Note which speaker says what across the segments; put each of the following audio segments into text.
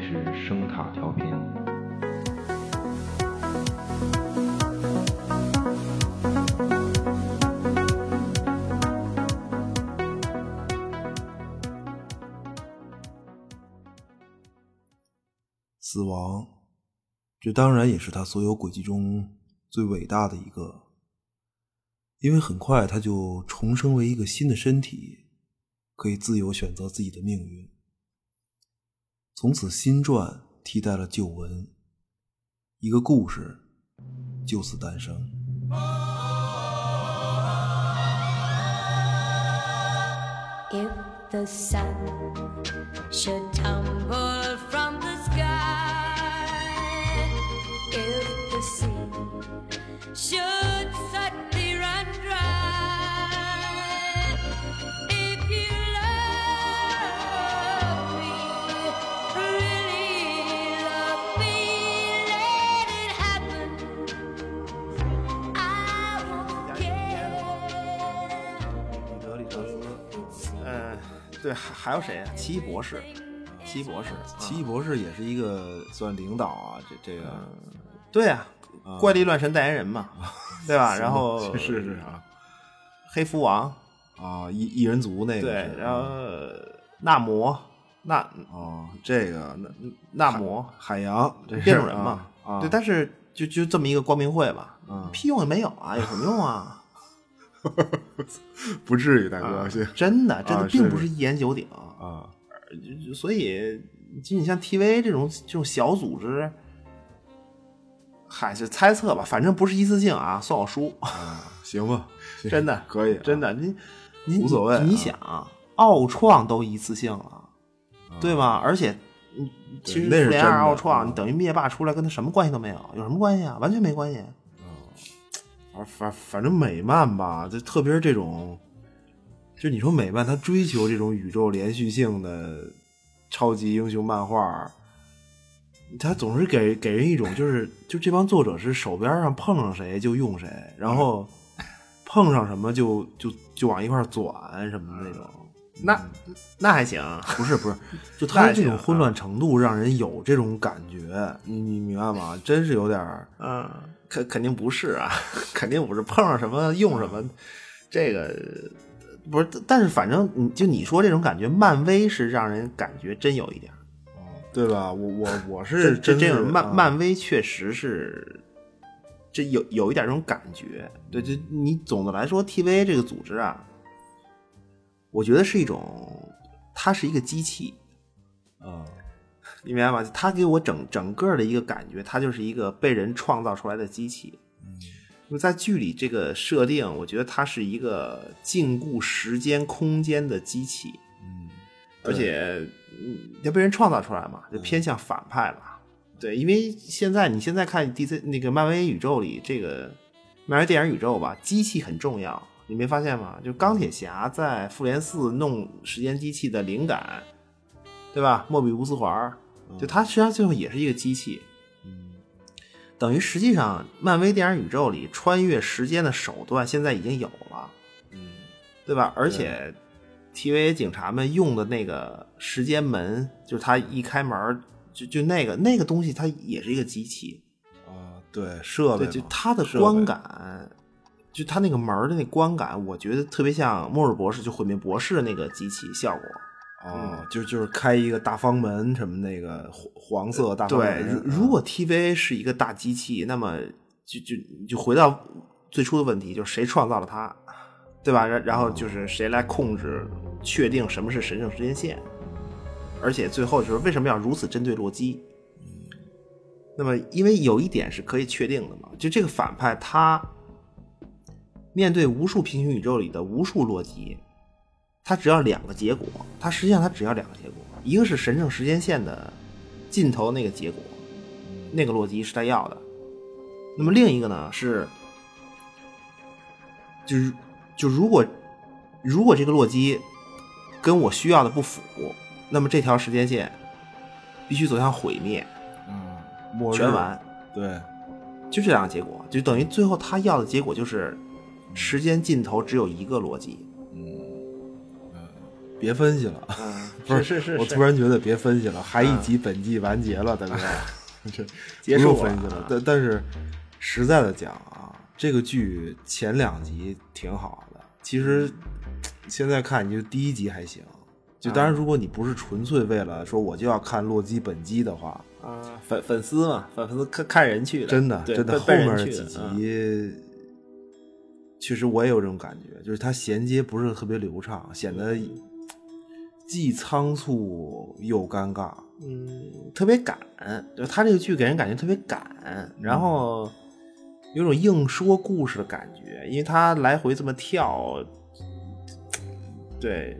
Speaker 1: 是声塔调频。
Speaker 2: 死亡，这当然也是他所有轨迹中最伟大的一个，因为很快他就重生为一个新的身体，可以自由选择自己的命运。从此，新传替代了旧闻，一个故事就此诞生。
Speaker 3: If the sun should tumble from the sky, if the sea should suddenly run dry, if you love me, really love me, let it happen. I won't care.
Speaker 2: 德里查斯，
Speaker 4: 呃，对，还还有谁
Speaker 2: 嗯
Speaker 4: 啊？奇异博士，奇异博士，
Speaker 2: 奇异博士也是一个算领导啊，这这个
Speaker 4: 对啊，怪力乱神代言人嘛，对吧？然后
Speaker 2: 啊 是是是啊
Speaker 4: 黑蝠王，
Speaker 2: 啊，异异人族那个
Speaker 4: 对
Speaker 2: 是，嗯
Speaker 4: 然后呃纳摩，纳
Speaker 2: 哦，这个那
Speaker 4: 纳摩，
Speaker 2: 海洋这是
Speaker 4: 啊变种人嘛，
Speaker 2: 啊，啊
Speaker 4: 对，但是就就这么一个光明会嘛，
Speaker 2: 嗯
Speaker 4: 屁用也没有啊，有什么 用啊？
Speaker 2: 不至于大
Speaker 4: 啊
Speaker 2: 哥，这
Speaker 4: 真的，真的
Speaker 2: 啊
Speaker 4: 并
Speaker 2: 是
Speaker 4: 不
Speaker 2: 是
Speaker 4: 是一言九鼎，
Speaker 2: 啊
Speaker 4: 就就所以，就你像 TV 这种这种小组织，嗨，是猜测吧，反正不是一次性啊，算我输，
Speaker 2: 啊，行吧，行
Speaker 4: 真的
Speaker 2: 可以，啊
Speaker 4: 真，的，你你
Speaker 2: 无所谓
Speaker 4: 你
Speaker 2: 啊
Speaker 4: 想，奥创都一次性了，对吧？而且，嗯
Speaker 2: 嗯对
Speaker 4: 其实
Speaker 2: 那是
Speaker 4: 复
Speaker 2: 真
Speaker 4: 联
Speaker 2: 的
Speaker 4: 二奥创，
Speaker 2: 嗯
Speaker 4: 你等于灭霸出来跟他什么关系都没有，有什么关系啊？完全没关系。
Speaker 2: 反啊反反正美漫吧，就特别是这种，就你说美漫，它追求这种宇宙连续性的超级英雄漫画，它总是给给人一种就是就这帮作者是手边上碰上谁就用谁，然后碰上什么就就就往一块儿转什么的那种。
Speaker 4: 那那还行，
Speaker 2: 不是不是，就
Speaker 4: 那
Speaker 2: 他
Speaker 4: 也
Speaker 2: 嗯这
Speaker 4: 行
Speaker 2: 种
Speaker 4: 啊
Speaker 2: 混乱程度让人有这种感觉，你你明白吗？真是有点儿
Speaker 4: 嗯，
Speaker 2: 啊
Speaker 4: 肯肯定不是啊，肯定不是碰上什么用什
Speaker 2: 啊
Speaker 4: 么，这个不是，但是反正你就你说这种感觉，漫威是让人感觉真有一点儿，
Speaker 2: 对吧？我我我
Speaker 4: 这
Speaker 2: 是
Speaker 4: 这
Speaker 2: 真
Speaker 4: 这
Speaker 2: 是
Speaker 4: 种漫
Speaker 2: 啊
Speaker 4: 漫威确实是。这有有一点这种感觉，对，这你总的来说，TVA 这个组织啊，我觉得是一种，它是一个机器，
Speaker 2: 啊
Speaker 4: 你明白吗？它给我整整个的一个感觉，它就是一个被人创造出来的机器。那么在剧里这个设定，我觉得它是一个禁锢时间空间的机器，
Speaker 2: 嗯
Speaker 4: 而且嗯要被人创造出来嘛，就偏向反派了。对，因为现在你现在看 DC 那个漫威宇宙里这个漫威电影宇宙吧，机器很重要，你没发现吗？就钢铁侠在复联四弄时间机器的灵感，对吧？莫比乌斯环儿，就它实际上最后也是一个机器。等于实际上，漫威电影宇宙里穿越时间的手段现在已经有了，
Speaker 2: 嗯
Speaker 4: 对吧？而且 TVA 警察们用的那个时间门，就是他一开门儿就就那个那个东西，它也是一个机器，
Speaker 2: 啊，对设备
Speaker 4: 对，
Speaker 2: 嘛
Speaker 4: 就它的
Speaker 2: 设备
Speaker 4: 观感，就它那个门儿的那观感，我觉得特别像末日博士就毁灭博士的那个机器效果。
Speaker 2: 哦，就就是开一个大方门什么那个黄黄色大方
Speaker 4: 对，
Speaker 2: 门嗯
Speaker 4: 如，如果 TVA 是一个大机器，那么就就就回到最初的问题，就是谁创造了它，对吧？然然
Speaker 2: 哦
Speaker 4: 后就是谁来控制、确定什么是神圣时间线，而且最后就是为什么要如此针对洛基？那么，因为有一点是可以确定的嘛，就这个反派他面对无数平行宇宙里的无数洛基，他只要两个结果，他实际上他只要两个结果，一个是神圣时间线的尽头那个结果，那个洛基是他要的，那么另一个呢是，就是就如果如果这个洛基跟我需要的不符，那么这条时间线必须走向毁灭，
Speaker 2: 嗯，末日
Speaker 4: 全完。
Speaker 2: 对，
Speaker 4: 就这两个结果，就等于最后他要的结果就是时间尽头只有一个逻辑。
Speaker 2: 嗯，别分析了，
Speaker 4: 嗯，
Speaker 2: 不是
Speaker 4: 是是是，
Speaker 2: 我突然觉得别分析了，还一集本季完结 了，大哥，这
Speaker 4: 结
Speaker 2: 不用
Speaker 4: 束了
Speaker 2: 分析了
Speaker 4: 啊。
Speaker 2: 但但是实在的讲啊，这个剧前两集挺好的，其实
Speaker 4: 嗯
Speaker 2: 现在看你就第一集还行。
Speaker 4: 啊
Speaker 2: 就当然，如果你不是纯粹为了说我就要看洛基本基的话，
Speaker 4: 啊，粉粉丝嘛，粉丝看看人去的，
Speaker 2: 真的
Speaker 4: 对
Speaker 2: 真的
Speaker 4: 奔
Speaker 2: 后
Speaker 4: 奔
Speaker 2: 面
Speaker 4: 人去
Speaker 2: 几
Speaker 4: 的
Speaker 2: 集
Speaker 4: 嗯，
Speaker 2: 确实我也有这种感觉，就是它衔接不是特别流畅，显得既仓促又尴尬。
Speaker 4: 嗯，特别赶，就他这个剧给人感觉特别赶，然后有种硬说故事的感觉，因为他来回这么跳，对，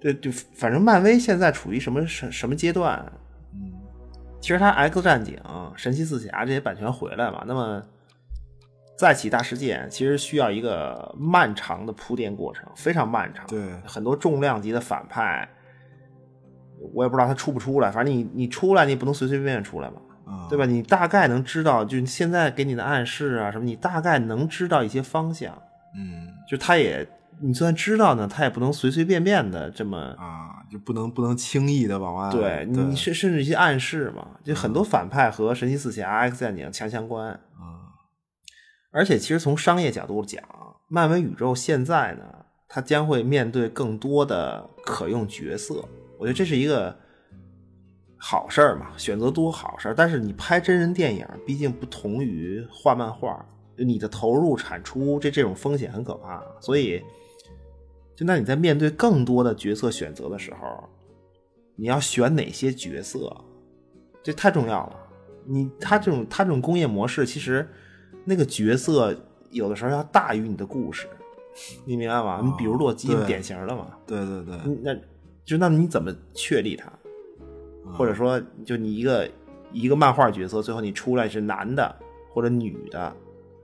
Speaker 4: 对，就反正漫威现在处于什么什什么阶段？
Speaker 2: 嗯，
Speaker 4: 其实他 X 战警、神奇四侠这些版权回来嘛，那么再起大事件其实需要一个漫长的铺垫过程，非常漫长。
Speaker 2: 对
Speaker 4: 很多重量级的反派，我也不知道他出不出来，反正你你出来你也不能随随便便出来嘛，
Speaker 2: 啊，
Speaker 4: 对吧？你大概能知道，就是现在给你的暗示啊什么，你大概能知道一些方向。
Speaker 2: 嗯
Speaker 4: 就他也，你就算知道呢，他也不能随随便便的这么。
Speaker 2: 啊，就不能不能轻易的往外
Speaker 4: 对你你甚甚至一些暗示嘛，就很多反派和神奇四侠、X 战警强相关。
Speaker 2: 啊，
Speaker 4: 而且其实从商业角度讲，漫威宇宙现在呢，它将会面对更多的可用角色，我觉得这是一个好事儿嘛，选择多好事儿。但是你拍真人电影，毕竟不同于画漫画，你的投入产出这这种风险很可怕，所以就那你在面对更多的角色选择的时候，你要选哪些角色，这太重要了。你他这种他这种工业模式，其实那个角色有的时候要大于你的故事，你明白吗？你比如洛基
Speaker 2: 对
Speaker 4: 典型的嘛，
Speaker 2: 对对对，
Speaker 4: 嗯那就那你怎么确立他？
Speaker 2: 啊
Speaker 4: 或者说，就你一个一个漫画角色，最后你出来是男的或者女的，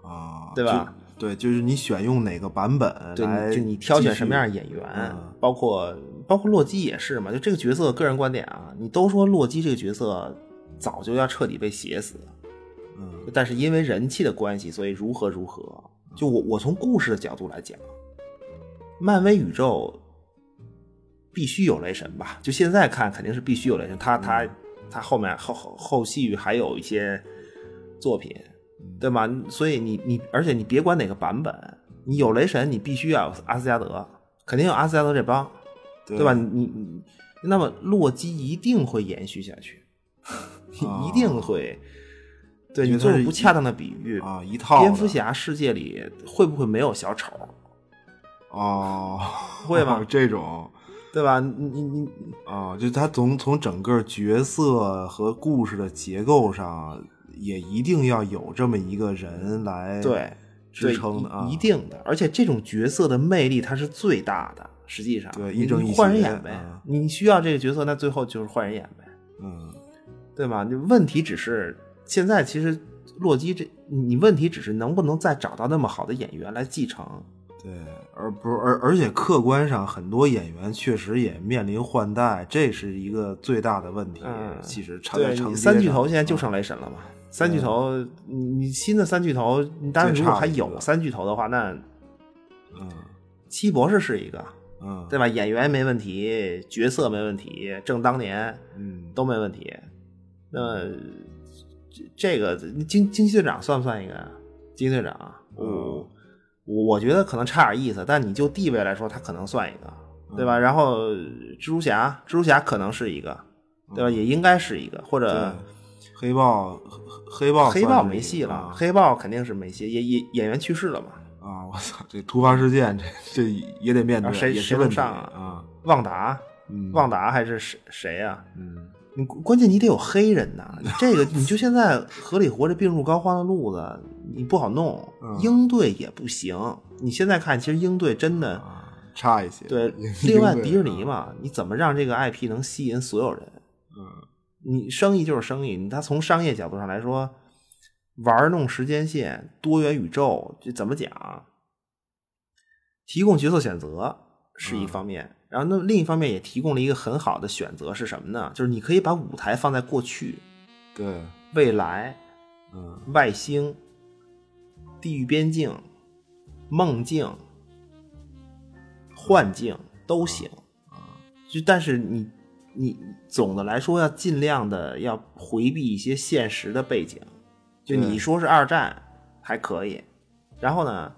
Speaker 2: 啊，
Speaker 4: 对吧
Speaker 2: 就？对，就是你选用哪个版本
Speaker 4: 对，
Speaker 2: 来，
Speaker 4: 你就你挑选什么样的演员，
Speaker 2: 嗯
Speaker 4: 包括包括洛基也是嘛。就这个角色，个人观点啊，你都说洛基这个角色早就要彻底被写死，
Speaker 2: 嗯
Speaker 4: 但是因为人气的关系，所以如何如何。就我我从故事的角度来讲，漫威宇宙必须有雷神吧？就现在看肯定是必须有雷神，他他他后面后后后续还有一些作品，对吗？所以你你而且你别管哪个版本，你有雷神你必须要有阿斯加德，肯定有阿斯加德这帮，
Speaker 2: 对
Speaker 4: 对吧？你你你，那么洛基一定会延续下 去，一定会。对
Speaker 2: 觉
Speaker 4: 你
Speaker 2: 得
Speaker 4: 做
Speaker 2: 是
Speaker 4: 了不
Speaker 2: 一
Speaker 4: 恰当的比喻
Speaker 2: 啊一套
Speaker 4: 蝙蝠
Speaker 2: 的
Speaker 4: 侠世界里会不会没有小丑，
Speaker 2: 哦，
Speaker 4: 会吗
Speaker 2: 这种。
Speaker 4: 对吧？你你你，
Speaker 2: 啊，就他从从整个角色和故事的结构上，也一定要有这么一个人来
Speaker 4: 对
Speaker 2: 支撑的
Speaker 4: 对
Speaker 2: 啊，
Speaker 4: 一一定的。而且这种角色的魅力它是最大的，实际上
Speaker 2: 对
Speaker 4: 你
Speaker 2: 亦正
Speaker 4: 你
Speaker 2: 亦
Speaker 4: 换人
Speaker 2: 邪
Speaker 4: 演呗
Speaker 2: 嗯，
Speaker 4: 你需要这个角色，那最后就是换人演呗。
Speaker 2: 嗯
Speaker 4: 对吧？就问题只是现在其实洛基这，你问题只是能不能再找到那么好的演员来继承？
Speaker 2: 对，而不是而而且客观上很多演员确实也面临换代，这是一个最大的问题。
Speaker 4: 嗯
Speaker 2: 其实长在
Speaker 4: 对，
Speaker 2: 长
Speaker 4: 你
Speaker 2: 街
Speaker 4: 三巨
Speaker 2: 上
Speaker 4: 头现在就剩雷神了嘛。三巨头，你你新的三巨头，你当然
Speaker 2: 最
Speaker 4: 如果
Speaker 2: 差
Speaker 4: 还
Speaker 2: 一个
Speaker 4: 有三巨头的话，那
Speaker 2: 嗯
Speaker 4: 七博士是一个，
Speaker 2: 嗯
Speaker 4: 对吧？演员没问题，角色没问题，正当年
Speaker 2: 嗯
Speaker 4: 都没问题。那这这个惊惊奇队长算不算一个呀？惊奇队长，
Speaker 2: 嗯
Speaker 4: 我我觉得可能差点意思，但你就地位来说，他可能算一
Speaker 2: 嗯
Speaker 4: 个，对吧？然后蜘蛛侠，蜘蛛侠可能是一个，对吧？也应该是一个，或
Speaker 2: 嗯对
Speaker 4: 者，
Speaker 2: 黑豹黑黑豹
Speaker 4: 黑
Speaker 2: 算
Speaker 4: 豹
Speaker 2: 是一
Speaker 4: 没
Speaker 2: 个
Speaker 4: 戏了
Speaker 2: 啊，
Speaker 4: 黑豹肯定是没戏，演演演员去世了嘛，
Speaker 2: 啊！我操，这突发事件这这也得面
Speaker 4: 啊
Speaker 2: 对，
Speaker 4: 谁
Speaker 2: 也
Speaker 4: 谁
Speaker 2: 是
Speaker 4: 能
Speaker 2: 问题
Speaker 4: 上啊
Speaker 2: 啊！
Speaker 4: 旺达，
Speaker 2: 嗯
Speaker 4: 旺达还是谁谁呀、
Speaker 2: 嗯
Speaker 4: 你关键你得有黑人 呐，这个你就现在合理活着病入膏肓的路子，你不好弄。
Speaker 2: 嗯
Speaker 4: 鹰队也不行，你现在看，其实鹰队真的
Speaker 2: 啊，差一些。。
Speaker 4: 对另外，迪士尼嘛，你怎么让这个 IP 能吸引所有人？嗯，你生意就是生意，你他从商业角度上来说，玩弄时间线、多元宇宙，这怎么讲？提供角色选择是一方面，然后那另一方面也提供了一个很好的选择是什么呢？就是你可以把舞台放在过去、
Speaker 2: 对，
Speaker 4: 未来、
Speaker 2: 嗯
Speaker 4: 外星、地狱边境、
Speaker 2: 啊
Speaker 4: 梦境、幻境都行。啊就但是你你总的来说要尽量的要回避一些现实的背景，就你
Speaker 2: 对
Speaker 4: 说是二战还可以，然后呢，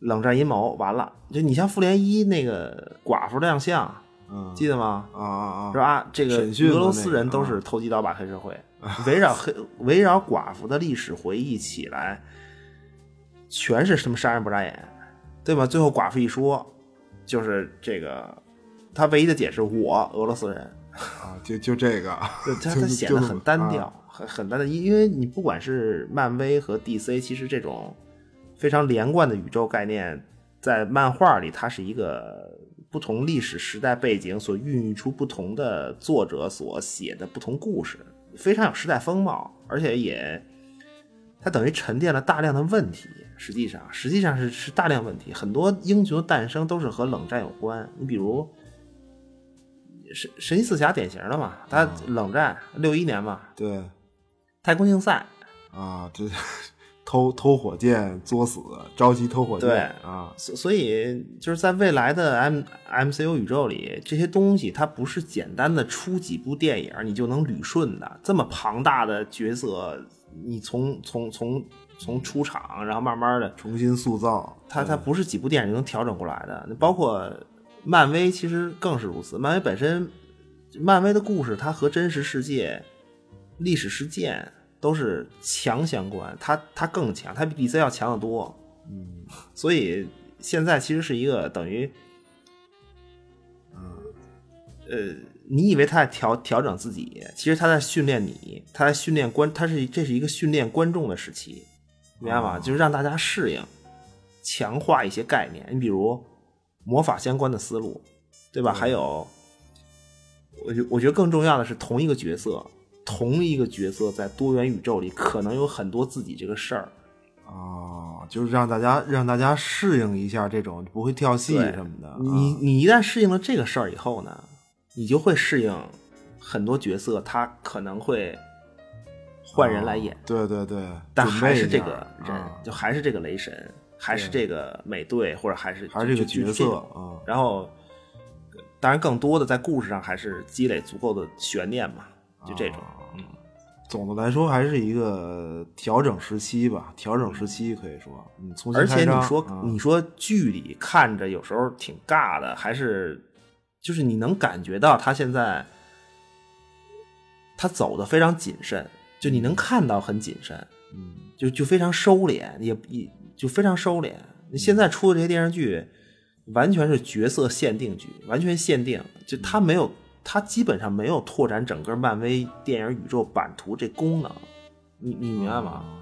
Speaker 4: 冷战阴谋完了，就你像复联一那个寡妇亮相，
Speaker 2: 嗯
Speaker 4: 记得吗？
Speaker 2: 啊啊
Speaker 4: 说啊，这个啊
Speaker 2: 审讯的
Speaker 4: 俄罗斯人
Speaker 2: 那个
Speaker 4: 都是投机倒把黑社会， 围绕黑围绕寡妇的历史回忆起来，全是什么杀人不眨眼，对吧？最后寡妇一说，就是这个，他唯一的解释我俄罗斯人，
Speaker 2: 啊啊，就就这个，
Speaker 4: 对他
Speaker 2: 就嗯
Speaker 4: 他显得很单。
Speaker 2: 就这
Speaker 4: 调
Speaker 2: 么，
Speaker 4: 很很单调，因因为你不管是漫威和 DC，其实这种非常连贯的宇宙概念，在漫画里它是一个不同历史时代背景所孕育出不同的作者所写的不同故事，非常有时代风貌，而且也它等于沉淀了大量的问题。实际上，实际上是是大量问题，很多英雄的诞生都是和冷战有关。你比如神神奇四侠典型的嘛，他
Speaker 2: 嗯
Speaker 4: 冷战六一年嘛，
Speaker 2: 啊对
Speaker 4: 太空竞赛，
Speaker 2: 啊，这 偷偷火箭作死，着急偷火箭
Speaker 4: 对
Speaker 2: 啊，
Speaker 4: 所所以就是在未来的 M M C U 宇宙里，这些东西它不是简单的出几部电影你就能捋顺的。这么庞大的角色，你从从从从出场，然后慢慢的，
Speaker 2: 重新塑造
Speaker 4: 它它不是几部电影就能调整过来的。包括漫威，其实更是如此。漫威本身，漫威的故事它和真实世界、历史事件都是强相关，它它更强，它比 D C 要强得多。
Speaker 2: 嗯
Speaker 4: 所以现在其实是一个等于，嗯，呃，你以为他在调调整自己，其实他在训练你，他在训练观，他是这是一个训练观众的时期，明白吗？
Speaker 2: 哦
Speaker 4: 就是让大家适应，强化一些概念，你比如魔法相关的思路，对
Speaker 2: 嗯
Speaker 4: 吧？还有，我觉我觉得更重要的是同一个角色。同一个角色在多元宇宙里可能有很多自己这个事儿，
Speaker 2: 啊，就是让大家让大家适应一下这种不会跳戏
Speaker 4: 对
Speaker 2: 什么的。
Speaker 4: 你
Speaker 2: 啊
Speaker 4: 你一旦适应了这个事儿以后呢，你就会适应很多角色，他可能会换人来演，
Speaker 2: 啊对对对，
Speaker 4: 但
Speaker 2: 准
Speaker 4: 还
Speaker 2: 备
Speaker 4: 是
Speaker 2: 一
Speaker 4: 这
Speaker 2: 下
Speaker 4: 个人，
Speaker 2: 啊
Speaker 4: 就还是这个雷神，还是这个美队，或者还是
Speaker 2: 还是这个
Speaker 4: 就就
Speaker 2: 角
Speaker 4: 就
Speaker 2: 色
Speaker 4: 这种
Speaker 2: 啊，
Speaker 4: 然后，呃当然更多的在故事上还是积累足够的悬念嘛，就这种。
Speaker 2: 啊
Speaker 4: 嗯
Speaker 2: 总的来说还是一个调整时期吧，调整时期可以说，嗯，重新
Speaker 4: 而且
Speaker 2: 开张
Speaker 4: 你说、
Speaker 2: 啊
Speaker 4: 你说剧里看着有时候挺尬的，还是就是你能感觉到他现在他走的非常谨慎，就你能看到很谨慎，
Speaker 2: 嗯
Speaker 4: 就就非常收敛，也也就非常收敛。现在出的这些电视剧完全是角色限定剧，完全限定，就他
Speaker 2: 嗯
Speaker 4: 没有他基本上没有拓展整个漫威电影宇宙版图这功能，你你明白吗？
Speaker 2: 啊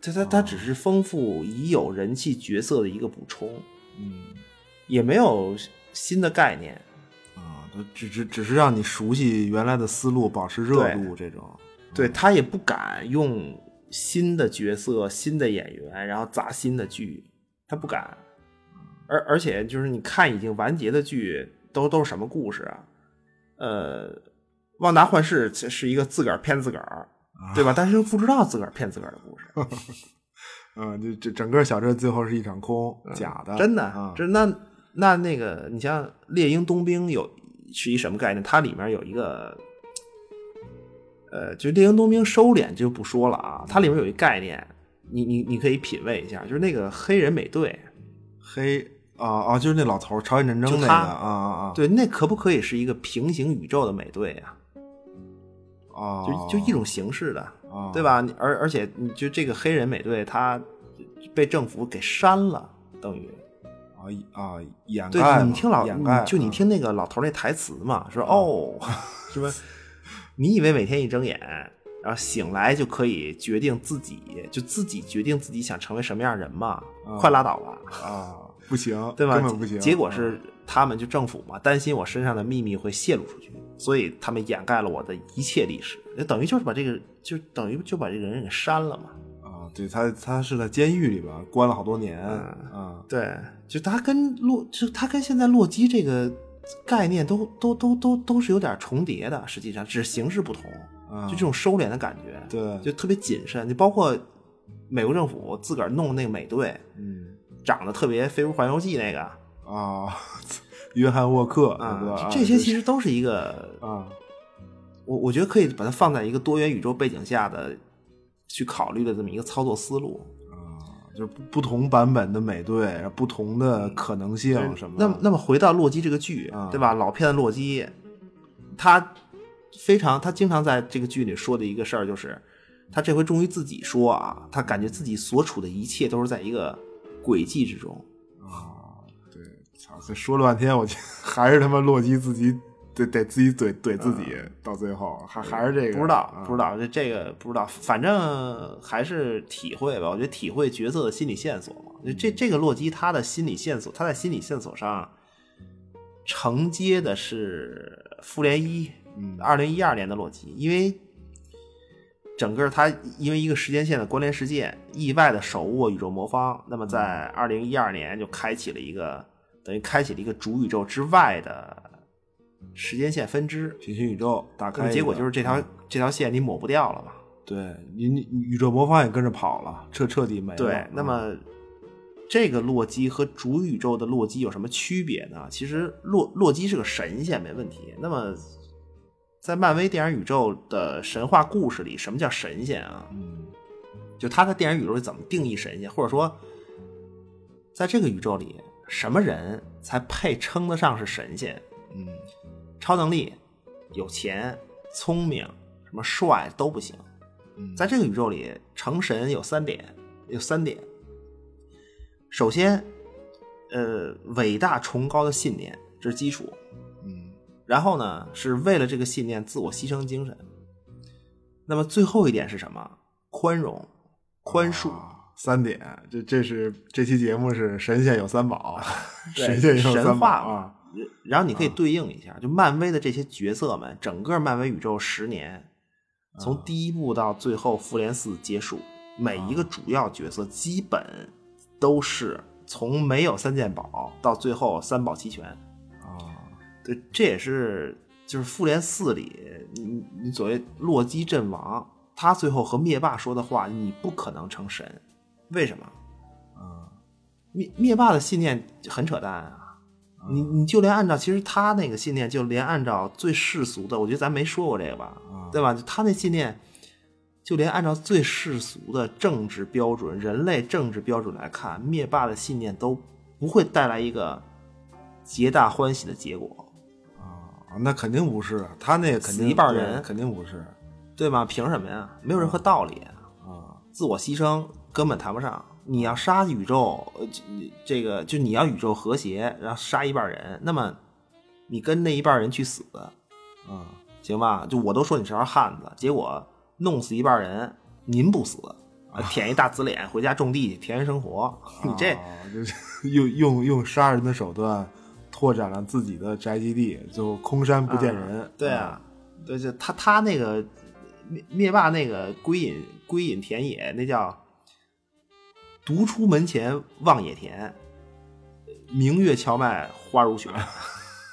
Speaker 4: 它它它只是丰富已有人气角色的一个补充，
Speaker 2: 嗯
Speaker 4: 也没有新的概念。
Speaker 2: 啊，它只只只是让你熟悉原来的思路，保持热度这种。
Speaker 4: 对他也不敢用新的角色、新的演员，然后砸新的剧，他不敢。而而且就是你看已经完结的剧都都是什么故事啊？呃，《旺达幻视》这是一个自个儿骗自个儿，对吧？但是又不知道自个儿骗自个儿的故事，
Speaker 2: 嗯，就这整个小镇最后是一场空，假的，
Speaker 4: 嗯真
Speaker 2: 啊
Speaker 4: 的，这那那那个，你像《猎鹰冬兵有》是一什么概念？它里面有一个，呃，就《猎鹰冬兵》收敛就不说了啊，它里面有一概念，你你你可以品味一下，就是那个黑人美队，
Speaker 2: 黑啊啊，就是那老头儿，朝鲜战争
Speaker 4: 就
Speaker 2: 那个
Speaker 4: 他
Speaker 2: 啊啊啊，
Speaker 4: 对，那可不可以是一个平行宇宙的美队啊？
Speaker 2: 啊，
Speaker 4: 就就一种形式的，
Speaker 2: 啊，
Speaker 4: 对？吧？你而而且你就这个黑人美队，他被政府给删了，等于。
Speaker 2: 啊一啊，掩
Speaker 4: 对
Speaker 2: 盖嘛
Speaker 4: 你听老
Speaker 2: 掩盖，嗯
Speaker 4: 你就你
Speaker 2: 啊
Speaker 4: 听那个老头儿那台词嘛，说哦，什 么，你以为每天一睁眼，然后醒来就可以决定自己，就自己决定自己想成为什么样的人嘛？
Speaker 2: 啊
Speaker 4: 快拉倒吧，
Speaker 2: 啊，不行，
Speaker 4: 对吧？
Speaker 2: 根本不行。
Speaker 4: 结果是他们就政府嘛，担心我身上的秘密会泄露出去，所以他们掩盖了我的一切历史，那等于就是把这个，就等于就把这个人给删了嘛。
Speaker 2: 啊，对他他是在监狱里边关了好多年
Speaker 4: 嗯
Speaker 2: 啊，
Speaker 4: 对，就他跟洛，就他跟现在洛基这个概念都都都都都是有点重叠的，实际上只是形式不同，
Speaker 2: 啊
Speaker 4: 就这种收敛的感觉，
Speaker 2: 对，
Speaker 4: 就特别谨慎。就包括美国政府自个儿弄那个美队，
Speaker 2: 嗯
Speaker 4: 长得特别《飞屋环游记》那个，
Speaker 2: 啊，约翰沃克
Speaker 4: 啊
Speaker 2: 对吧？啊
Speaker 4: 这这些其
Speaker 2: 就是
Speaker 4: 实都是一个，
Speaker 2: 啊，
Speaker 4: 我我觉得可以把它放在一个多元宇宙背景下的去考虑的这么一个操作思路。
Speaker 2: 就是不不同版本的美队，然后不同的可能性什么的。
Speaker 4: 嗯那么，那么回到洛基这个剧，
Speaker 2: 啊
Speaker 4: 对吧？老片的洛基，他非常，他经常在这个剧里说的一个事儿就是，他这回终于自己说啊，他感觉自己所处的一切都是在一个轨迹之中。
Speaker 2: 对，操，这说了半天，我觉得还是他妈洛基自己得得自己怼怼自己，到最后还还是这个
Speaker 4: 嗯不知道，
Speaker 2: 啊
Speaker 4: 不知道，这这个不知道，反正还是体会吧。我觉得体会角色的心理线索嘛。就
Speaker 2: 嗯
Speaker 4: 这这个洛基他的心理线索，他在心理线索上承接的是复联一，
Speaker 2: 嗯
Speaker 4: 二零一二年的洛基，因为整个他因为一个时间线的关联事件，意外的手握宇宙魔方，那么在
Speaker 2: 嗯
Speaker 4: 二零一二年就开启了一个等于开启了一个主宇宙之外的时间线分支。
Speaker 2: 平行宇宙打
Speaker 4: 那
Speaker 2: 开一
Speaker 4: 么
Speaker 2: 个，嗯
Speaker 4: 结果就是这条、这条线你抹不掉了嘛？
Speaker 2: 对你你宇宙魔方也跟着跑了，彻彻底没了。
Speaker 4: 对，那
Speaker 2: 嗯
Speaker 4: 么这个洛基和主宇宙的洛基有什么区别呢？其实洛洛基是个神仙，没问题。那么在漫威电影宇宙的神话故事里，什么叫神仙啊？
Speaker 2: 嗯
Speaker 4: 就他在电影宇宙里怎么定义神仙，或者说在这个宇宙里，什么人才配称得上是神仙？
Speaker 2: 嗯
Speaker 4: 超能力、有钱、聪明、什么帅都不行。
Speaker 2: 嗯
Speaker 4: 在这个宇宙里，成神有三点，有三点。首先，呃，伟大崇高的信念，这是基础。
Speaker 2: 嗯
Speaker 4: 然后呢，是为了这个信念自我牺牲精神。那么最后一点是什么？宽容、宽恕。
Speaker 2: 啊三点，这这是这期节目是神仙有三宝，
Speaker 4: 对
Speaker 2: 神仙有
Speaker 4: 神
Speaker 2: 三宝
Speaker 4: 话
Speaker 2: 啊，
Speaker 4: 然后你可以对应一下，就漫威的这些角色们，整个漫威宇宙十年，
Speaker 2: 嗯
Speaker 4: 从第一部到最后复联四结束，每一个
Speaker 2: 嗯
Speaker 4: 主要角色基本都是从没有三件宝到最后三宝齐全。
Speaker 2: 啊
Speaker 4: 对，这也是就是复联四里，你你所谓洛基阵亡，他最后和灭霸说的话，你不可能成神，为什么？嗯
Speaker 2: 啊
Speaker 4: 灭灭霸的信念很扯淡啊！你你就连按照其实他那个信念，就连按照最世俗的，我觉得咱没说过这个吧，对吧？就他那信念，就连按照最世俗的政治标准、人类政治标准来看，灭霸的信念都不会带来一个皆大欢喜的结果，
Speaker 2: 啊，那肯定不是，他那个肯定
Speaker 4: 死一半
Speaker 2: 对
Speaker 4: 人
Speaker 2: 肯定不是
Speaker 4: 对吗？凭什么呀？没有任何道理啊，
Speaker 2: 啊，
Speaker 4: 自我牺牲根本谈不上。你要杀宇宙，呃，这这个就你要宇宙和谐，然后杀一半人，那么你跟那一半人去死，
Speaker 2: 啊，
Speaker 4: 行吧？就我都说你是条汉子，结果弄死一半人，您不死，啊舔一大紫脸，回家种地去，田园生活。你这
Speaker 2: 啊就是用用用杀人的手段拓展了自己的宅基地，最后空山不见人。
Speaker 4: 对啊，对，就他他那个灭灭霸那个归隐归隐田野，那叫独出门前望野田，明月荞麦花如雪。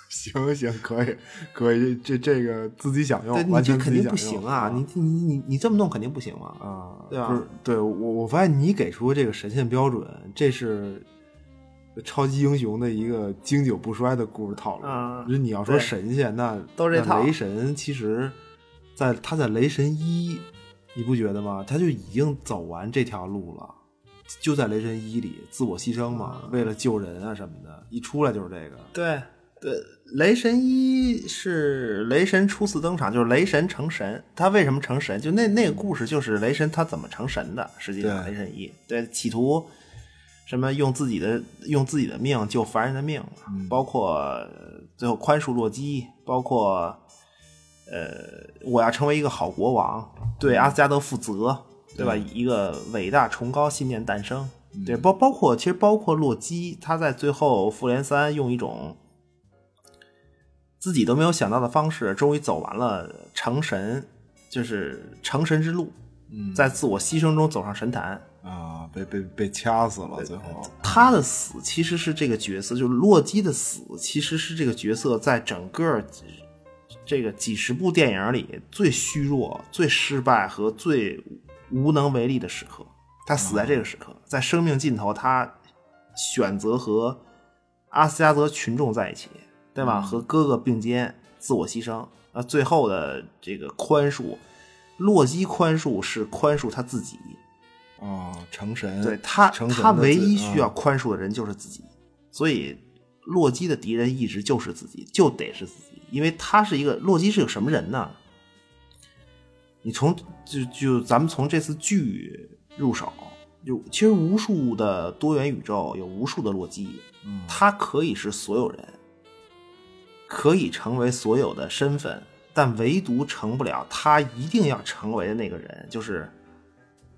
Speaker 2: 行行，可以可以，这这个自己享用
Speaker 4: 对，，你
Speaker 2: 完
Speaker 4: 这
Speaker 2: 全自
Speaker 4: 肯
Speaker 2: 己
Speaker 4: 定
Speaker 2: 享
Speaker 4: 不
Speaker 2: 用
Speaker 4: 行啊！你你你你这么弄肯定不行嘛！
Speaker 2: 啊，
Speaker 4: 对吧
Speaker 2: 不是，对我我发现你给出这个神仙标准，这是超级英雄的一个经久不衰的故事套路。
Speaker 4: 嗯
Speaker 2: 就是你要说
Speaker 4: 对
Speaker 2: 神仙，那
Speaker 4: 都这
Speaker 2: 那
Speaker 4: 套
Speaker 2: 雷神其实在他在雷神一，你不觉得吗？他就已经走完这条路了。就在雷神一里，自我牺牲嘛，为了救人啊什么的，一出来就是这个。
Speaker 4: 对对，雷神一是雷神初次登场，就是雷神成神。他为什么成神？就那那个故事就是雷神他怎么成神的。实际上，
Speaker 2: 对
Speaker 4: 雷神一对企图什么用自己的用自己的命救凡人的命，包括呃最后宽恕洛基，包括呃我要成为一个好国王，对阿斯加德负责，对吧？一个伟大崇高信念诞生。对，包包括其实包括洛基，他在最后复联三用一种自己都没有想到的方式，终于走完了成神，就是成神之路，
Speaker 2: 嗯
Speaker 4: 在自我牺牲中走上神坛。
Speaker 2: 啊，被被被掐死了，最后
Speaker 4: 他的死其实是这个角色，就是洛基的死，其实是这个角色在整个这个几十部电影里最虚弱、最失败和最无能为力的时刻。他死在这个时刻，在生命尽头，他选择和阿斯加德群众在一起。对吧？和哥哥并肩，自我牺牲。那最后的这个宽恕，洛基宽恕是宽恕他自己，
Speaker 2: 哦，成神，
Speaker 4: 对他，
Speaker 2: 成神
Speaker 4: 他
Speaker 2: 的
Speaker 4: 唯
Speaker 2: 自
Speaker 4: 一需要
Speaker 2: 嗯
Speaker 4: 宽恕的人就是自己，所以洛基的敌人一直就是自己，就得是自己，因为他是一个洛基是个什么人呢？你从就就咱们从这次剧入手，就其实无数的多元宇宙有无数的洛基，
Speaker 2: 嗯
Speaker 4: 他可以是所有人，可以成为所有的身份，但唯独成不了他一定要成为的那个人，就是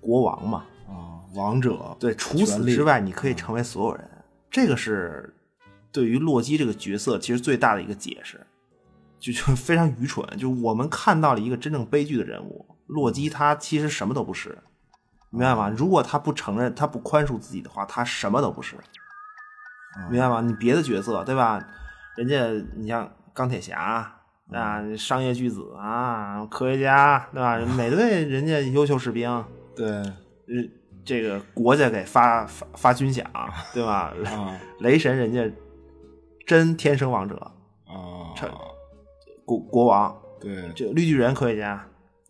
Speaker 4: 国王嘛。
Speaker 2: 啊，王者，
Speaker 4: 对，除此
Speaker 2: 权力嗯
Speaker 4: 之外，你可以成为所有人。这个是对于洛基这个角色其实最大的一个解释，就 就非常愚蠢。就我们看到了一个真正悲剧的人物洛基，他其实什么都不是，明白吗？如果他不承认，他不宽恕自己的话，他什么都不是，
Speaker 2: 啊
Speaker 4: 明白吗？你别的角色对吧？人家你像钢铁侠。啊，
Speaker 2: 嗯
Speaker 4: 商业巨子啊，科学家对吧？美队人家优秀士兵，
Speaker 2: 对
Speaker 4: 呃，这个国家给发发发 军饷，对吧？
Speaker 2: 啊
Speaker 4: 雷神人家真天生王者，
Speaker 2: 啊，
Speaker 4: 成国国王，
Speaker 2: 对
Speaker 4: 这绿巨人科学家，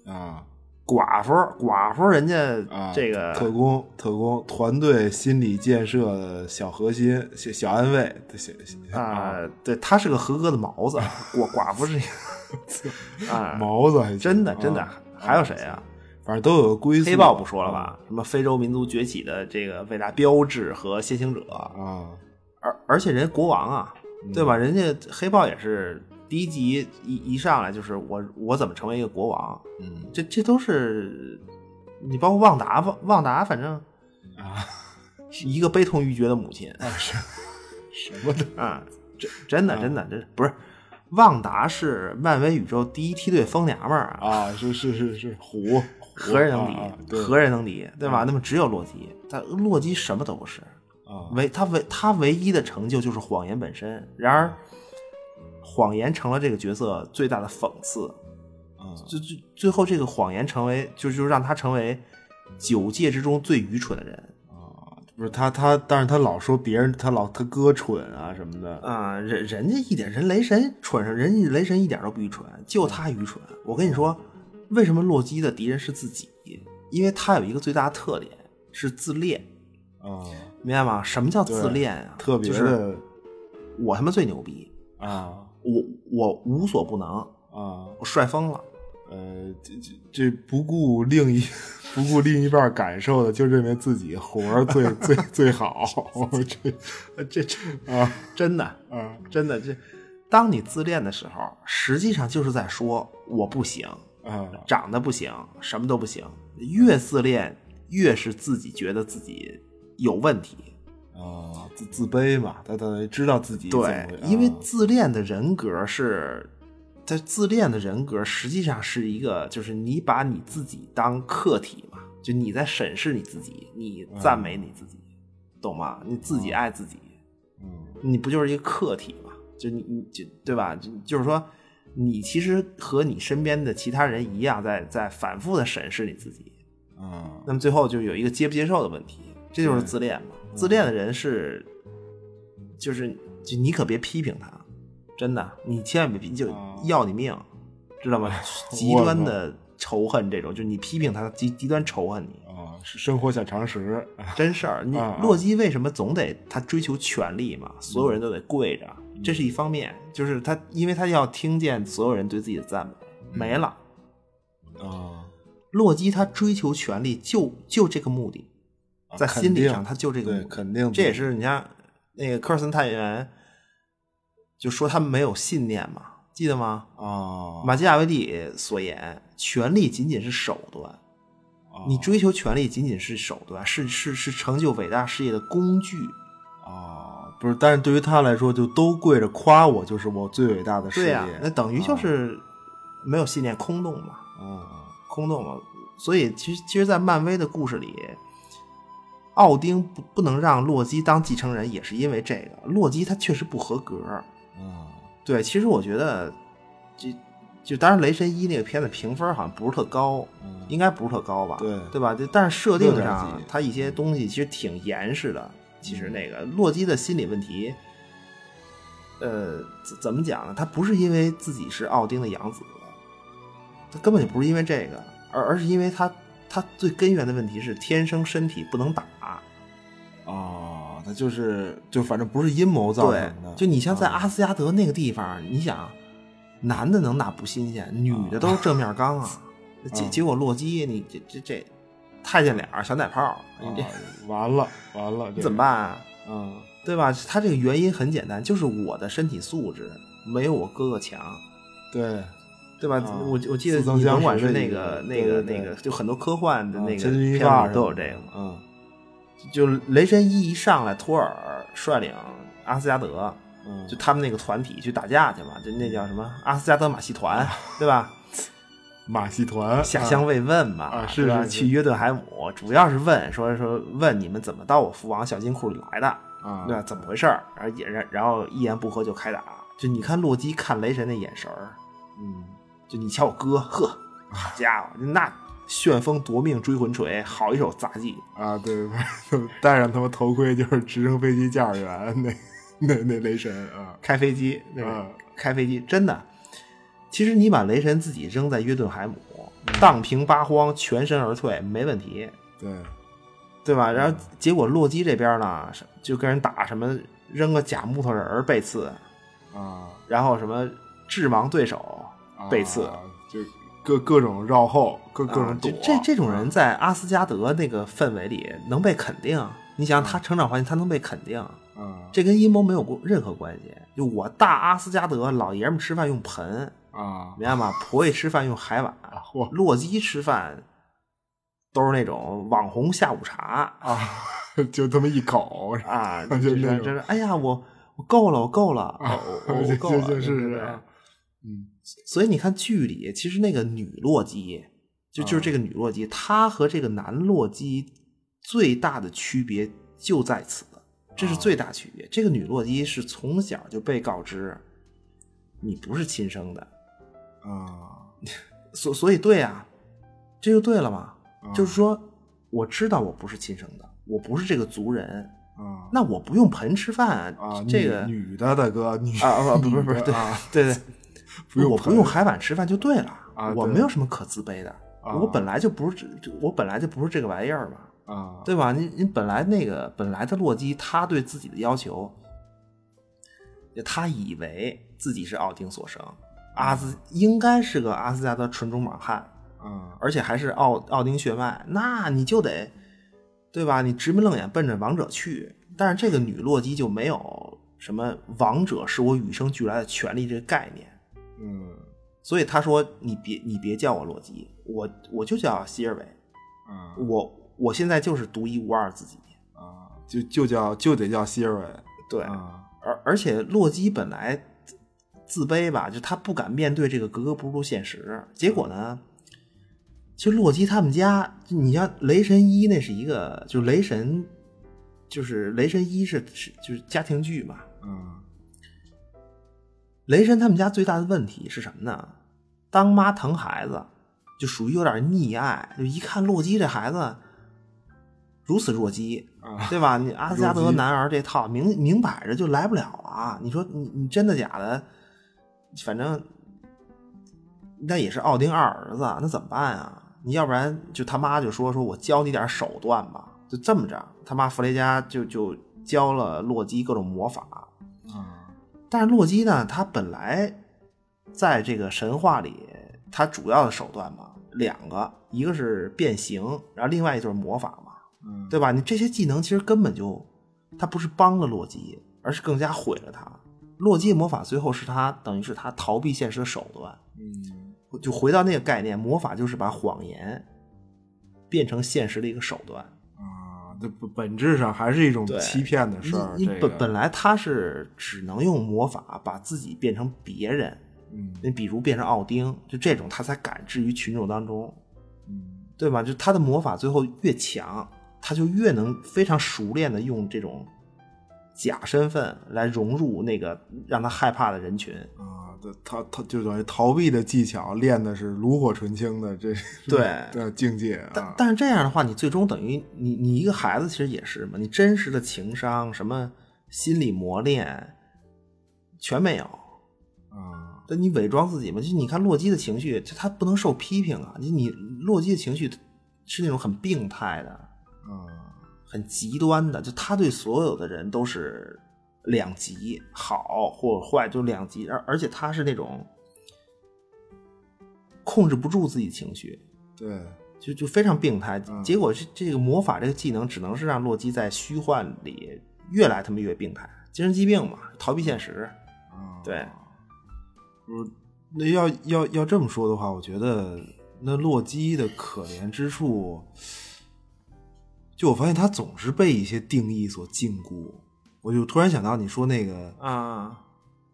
Speaker 2: 啊
Speaker 4: 寡妇寡妇人
Speaker 2: 啊
Speaker 4: 家，这个、
Speaker 2: 特工特工团队心理建设的小核心、小小安慰，对小小
Speaker 4: 啊、对他是个合格的毛子，寡寡妇 是一个
Speaker 2: 啊
Speaker 4: 啊，
Speaker 2: 毛子还行
Speaker 4: 真的真的、
Speaker 2: 啊
Speaker 4: 还有谁啊？
Speaker 2: 反正都有个归宿。
Speaker 4: 黑豹不说了吧？什么非洲民族崛起的这个伟大标志和先行者，
Speaker 2: 啊，
Speaker 4: 而而且人家国王啊，
Speaker 2: 嗯
Speaker 4: 对吧？人家黑豹也是第一集一一上来就是我我怎么成为一个国王，
Speaker 2: 嗯
Speaker 4: 这这都是你包括旺达旺旺达，反正
Speaker 2: 啊，
Speaker 4: 是一个悲痛欲绝的母亲
Speaker 2: 嗯什么 的
Speaker 4: 啊，真真的真的真的不是旺达是漫威宇宙第一梯队疯娘们儿啊，
Speaker 2: 啊，是是是是虎，虎
Speaker 4: 何人能
Speaker 2: 啊啊
Speaker 4: 敌？
Speaker 2: 对
Speaker 4: 何人能敌？对吧？
Speaker 2: 嗯
Speaker 4: 那么只有洛基，但洛基什么都不是，
Speaker 2: 啊？
Speaker 4: 唯他唯他唯一的成就就是谎言本身。然而，谎言成了这个角色最大的讽刺。
Speaker 2: 啊
Speaker 4: 最最最后，这个谎言成为就就让他成为九界之中最愚蠢的人。
Speaker 2: 啊，不是他他，但是他老说别人，他老他哥蠢啊什么的。
Speaker 4: 啊、人人家一点人雷神蠢上，人家雷神一点都不愚蠢，就他愚蠢。我跟你说，为什么洛基的敌人是自己？因为他有一个最大的特点是自恋，
Speaker 2: 啊，
Speaker 4: 明白吗？什么叫自
Speaker 2: 对
Speaker 4: 恋啊？
Speaker 2: 特别
Speaker 4: 就是
Speaker 2: 的
Speaker 4: 我他妈最牛逼，
Speaker 2: 啊
Speaker 4: 我我无所不能，
Speaker 2: 啊，
Speaker 4: 我帅疯了。
Speaker 2: 呃，这这这不顾另一不顾另一半感受的，就认为自己活儿最最最好。 这
Speaker 4: 呃这这
Speaker 2: 啊
Speaker 4: 真的
Speaker 2: 啊
Speaker 4: 真的这，当你自恋的时候，实际上就是在说我不行，
Speaker 2: 啊
Speaker 4: 长得不行，什么都不行。越自恋，越是自己觉得自己有问题。
Speaker 2: 啊，自自卑嘛，他他知道自己怎么
Speaker 4: 对
Speaker 2: 回，
Speaker 4: 因为
Speaker 2: 啊
Speaker 4: 自恋的人格是，在自恋的人格实际上是一个，就是你把你自己当客体嘛，就你在审视你自己，你赞美你自己，懂吗？你自己爱自己。
Speaker 2: 嗯
Speaker 4: 你不就是一个客体嘛？就你你就对吧？就就是说，你其实和你身边的其他人一样在，在反复的审视你自己。
Speaker 2: 啊
Speaker 4: 那么最后就有一个接不接受的问题，这就是自恋嘛。自恋的人是，就是就你可别批评他，真的，你千万别批，就
Speaker 2: 啊
Speaker 4: 要你命，知道吗？极端的仇恨这种，就你批评他，极极端仇恨你，
Speaker 2: 啊，是生活小常识
Speaker 4: 真事儿。你
Speaker 2: 啊啊
Speaker 4: 洛基为什么总得他追求权力嘛？所有人都得跪着，
Speaker 2: 嗯
Speaker 4: 这是一方面，就是他因为他要听见所有人对自己的赞美，
Speaker 2: 嗯
Speaker 4: 没了。
Speaker 2: 啊，
Speaker 4: 洛基他追求权力就就这个目的，
Speaker 2: 啊
Speaker 4: 在心理上
Speaker 2: 肯定
Speaker 4: 他就这个目
Speaker 2: 对
Speaker 4: 的，
Speaker 2: 肯定
Speaker 4: 这也是你像那个科尔森探员就说他们没有信念嘛，记得吗？
Speaker 2: 啊，
Speaker 4: 马基雅维利所言，权力仅仅是手段，
Speaker 2: 啊
Speaker 4: 你追求权力仅仅是手段，是是是成就伟大事业的工具。
Speaker 2: 啊，不是，但是对于他来说，就都跪着夸我，就是我最伟大的事
Speaker 4: 对
Speaker 2: 业。
Speaker 4: 呀、那等于就是没有信念，空洞嘛，
Speaker 2: 啊
Speaker 4: 空洞嘛。所以其实其实，在漫威的故事里，奥丁不不能让洛基当继承人，也是因为这个，洛基他确实不合格。
Speaker 2: 啊
Speaker 4: 对，其实我觉得，这就当然，《雷神一》那个片子评分好像不是特高，
Speaker 2: 嗯
Speaker 4: 应该不是特高吧？
Speaker 2: 对
Speaker 4: 对吧？就但是设定
Speaker 2: 六
Speaker 4: 上
Speaker 2: 点几，
Speaker 4: 它一些
Speaker 2: 嗯
Speaker 4: 东西其实挺严实的。其实那个洛基的心理问题，呃，怎怎么讲呢？他不是因为自己是奥丁的养子，他根本就不是因为这个，而而是因为他他最根源的问题是天生身体不能打。
Speaker 2: 哦，他就是就反正不是阴谋造成
Speaker 4: 对
Speaker 2: 的，，
Speaker 4: 就你像在
Speaker 2: 啊
Speaker 4: 阿斯加德那个地方，你想，男的能打不新鲜，女
Speaker 2: 嗯
Speaker 4: 的都正面刚 啊，结
Speaker 2: 啊
Speaker 4: 结果洛基你这这这太监脸儿小奶泡，你这、
Speaker 2: 啊完了完了，这
Speaker 4: 你
Speaker 2: 个
Speaker 4: 怎么？办啊？
Speaker 2: 嗯
Speaker 4: 对吧？他这个原因很简单，就是我的身体素质没有我哥哥强，
Speaker 2: 对，啊
Speaker 4: 对吧？
Speaker 2: 啊
Speaker 4: 我我记得
Speaker 2: 四藏
Speaker 4: 你
Speaker 2: 僵
Speaker 4: 甭管
Speaker 2: 尸
Speaker 4: 是
Speaker 2: 的
Speaker 4: 那
Speaker 2: 一
Speaker 4: 个
Speaker 2: 个
Speaker 4: 那个
Speaker 2: 对对
Speaker 4: 那
Speaker 2: 对啊
Speaker 4: 个，就很多科幻的那个
Speaker 2: 千钧一
Speaker 4: 片
Speaker 2: 发
Speaker 4: 儿
Speaker 2: 什
Speaker 4: 都
Speaker 2: 么
Speaker 4: 有
Speaker 2: 的
Speaker 4: 这个嘛。
Speaker 2: 嗯
Speaker 4: 就是雷神一一上来，托尔率领阿斯加德，
Speaker 2: 嗯，
Speaker 4: 就他们那个团体去打架去嘛，就那叫什么阿斯加德马戏团，对吧？
Speaker 2: 马戏团
Speaker 4: 下
Speaker 2: 啊
Speaker 4: 乡慰问嘛，
Speaker 2: 啊是
Speaker 4: 对吧
Speaker 2: 是是
Speaker 4: 去约顿海姆，主要是问说说问你们怎么到我父王小金库里来的，
Speaker 2: 啊，
Speaker 4: 对吧？怎么回事儿？然后也然然后一言不合就开打，就你看洛基看雷神那眼神儿，
Speaker 2: 嗯，
Speaker 4: 就你瞧我哥，呵，好家伙，那旋风夺命追魂锤，好一手杂技，
Speaker 2: 啊，对，戴上他妈头盔就是直升飞机驾驶员那那那雷神啊
Speaker 4: 开飞机，那个
Speaker 2: 啊
Speaker 4: 开飞机，真的。其实你把雷神自己扔在约顿海姆，荡平八荒，全身而退，没问题，
Speaker 2: 对，
Speaker 4: 对吧？然后结果洛基这边呢，是就跟人打什么扔个假木头人儿背刺，
Speaker 2: 啊，
Speaker 4: 然后什么致盲对手
Speaker 2: 啊
Speaker 4: 背刺，
Speaker 2: 就各各种绕后，各各
Speaker 4: 啊
Speaker 2: 种
Speaker 4: 这
Speaker 2: 躲，
Speaker 4: 这这种人
Speaker 2: 嗯
Speaker 4: 在阿斯加德那个氛围里能被肯定，你
Speaker 2: 嗯
Speaker 4: 想他成长环境他能被肯定，
Speaker 2: 啊
Speaker 4: 这跟阴谋没有过任何关系。就我大阿斯加德老爷们吃饭用盆，
Speaker 2: 啊
Speaker 4: 明白吗？婆姨吃饭用海 碗，
Speaker 2: 我
Speaker 4: 洛基吃饭都是那种网红下午茶
Speaker 2: 啊， 就他妈一口
Speaker 4: 啊，
Speaker 2: 就
Speaker 4: 就是
Speaker 2: 那种
Speaker 4: 就是，哎呀，我我够了，我够了，
Speaker 2: 啊
Speaker 4: 哦我我我
Speaker 2: 就
Speaker 4: 够了，
Speaker 2: 就就是
Speaker 4: 对对对
Speaker 2: 啊嗯
Speaker 4: 所以你看剧里，其实那个女洛基，就就是
Speaker 2: 啊
Speaker 4: 这个女洛基，她和这个男洛基最大的区别就在此，这是
Speaker 2: 啊
Speaker 4: 最大区别。这个女洛基是从小就被告知，你不是亲生的，
Speaker 2: 啊
Speaker 4: 所所以对啊，这就对了嘛。
Speaker 2: 嗯
Speaker 4: 就是说，我知道我不是亲生的，我不是这个族人，
Speaker 2: 啊
Speaker 4: 那我不用盆吃饭
Speaker 2: 啊，
Speaker 4: 这个
Speaker 2: 女女的大哥，女
Speaker 4: 啊啊不不是不
Speaker 2: 女
Speaker 4: 是
Speaker 2: 的
Speaker 4: 对
Speaker 2: 啊
Speaker 4: 对对，
Speaker 2: 不用
Speaker 4: 我不
Speaker 2: 盆
Speaker 4: 用海碗吃饭就对了
Speaker 2: 啊
Speaker 4: 我
Speaker 2: 对
Speaker 4: 没有什么可自卑的，
Speaker 2: 啊
Speaker 4: 我本来就不是这，我本来就不是这个玩意儿嘛，
Speaker 2: 啊
Speaker 4: 对吧？你你本来那个本来的洛基，他对自己的要求，他以为自己是奥丁所生，阿斯应该是个阿斯加德纯种莽汉，
Speaker 2: 啊
Speaker 4: 而且还是奥奥丁血脉，那你就得，对吧？你直眉愣眼奔着王者去。但是这个女洛基就没有什么王者是我与生俱来的权利这个概念，
Speaker 2: 嗯
Speaker 4: 所以她说你别你别叫我洛基，我我就叫希尔维，
Speaker 2: 啊
Speaker 4: 我我现在就是独一无二自己。
Speaker 2: 啊，就就叫就得叫希尔维
Speaker 4: 对，
Speaker 2: 啊
Speaker 4: 而而且洛基本来自自卑吧，就他不敢面对这个格格不入现实。结果呢，其实洛基他们家，你像雷神一那是一个，就雷神，就是雷神一是是就是家庭剧嘛。
Speaker 2: 嗯
Speaker 4: 雷神他们家最大的问题是什么呢？当妈疼孩子，就属于有点溺爱，就一看洛基这孩子如此弱鸡，
Speaker 2: 啊
Speaker 4: 对吧？你阿斯加德
Speaker 2: 弱鸡
Speaker 4: 男儿这套明明摆着就来不了啊！你说你你真的假的？反正那也是奥丁二儿子，那怎么办啊？你要不然就他妈就说说我教你点手段吧，就这么着。他妈弗雷加就就教了洛基各种魔法，
Speaker 2: 啊
Speaker 4: 但是洛基呢，他本来在这个神话里，他主要的手段嘛，两个，一个是变形，然后另外一个就是魔法嘛，
Speaker 2: 嗯
Speaker 4: 对吧？你这些技能其实根本就，他不是帮了洛基，而是更加毁了他。洛基的魔法最后是他等于是他逃避现实的手段，
Speaker 2: 嗯
Speaker 4: 就回到那个概念，魔法就是把谎言变成现实的一个手段。
Speaker 2: 啊，这本本质上还是一种
Speaker 4: 对
Speaker 2: 欺骗的事儿。
Speaker 4: 你
Speaker 2: 这
Speaker 4: 你
Speaker 2: 个
Speaker 4: 本本来他是只能用魔法把自己变成别人，
Speaker 2: 嗯
Speaker 4: 你比如变成奥丁，就这种他才敢置于群众当中，
Speaker 2: 嗯
Speaker 4: 对吧？就他的魔法最后越强，他就越能非常熟练的用这种假身份来融入那个让他害怕的人群。
Speaker 2: 啊，这他他就等于逃避的技巧练的是炉火纯青的这
Speaker 4: 对
Speaker 2: 的境界
Speaker 4: 但
Speaker 2: 啊
Speaker 4: 但是这样的话，你最终等于你你一个孩子其实也是嘛，你真实的情商什么心理磨练，全没有。
Speaker 2: 啊，
Speaker 4: 但你伪装自己嘛，就你看洛基的情绪，他他不能受批评啊。你你洛基的情绪是那种很病态的，
Speaker 2: 啊
Speaker 4: 很极端的，就他对所有的人都是两极，好或坏就两极，而而且他是那种控制不住自己情绪，
Speaker 2: 对，
Speaker 4: 就就非常病态。
Speaker 2: 嗯
Speaker 4: 结果是这个魔法这个技能，只能是让洛基在虚幻里越来他妈越病态，精神疾病嘛，逃避现实。
Speaker 2: 啊，
Speaker 4: 对，
Speaker 2: 呃那要要要这么说的话，我觉得那洛基的可怜之处，就我发现他总是被一些定义所禁锢。我就突然想到你说那个，
Speaker 4: 啊，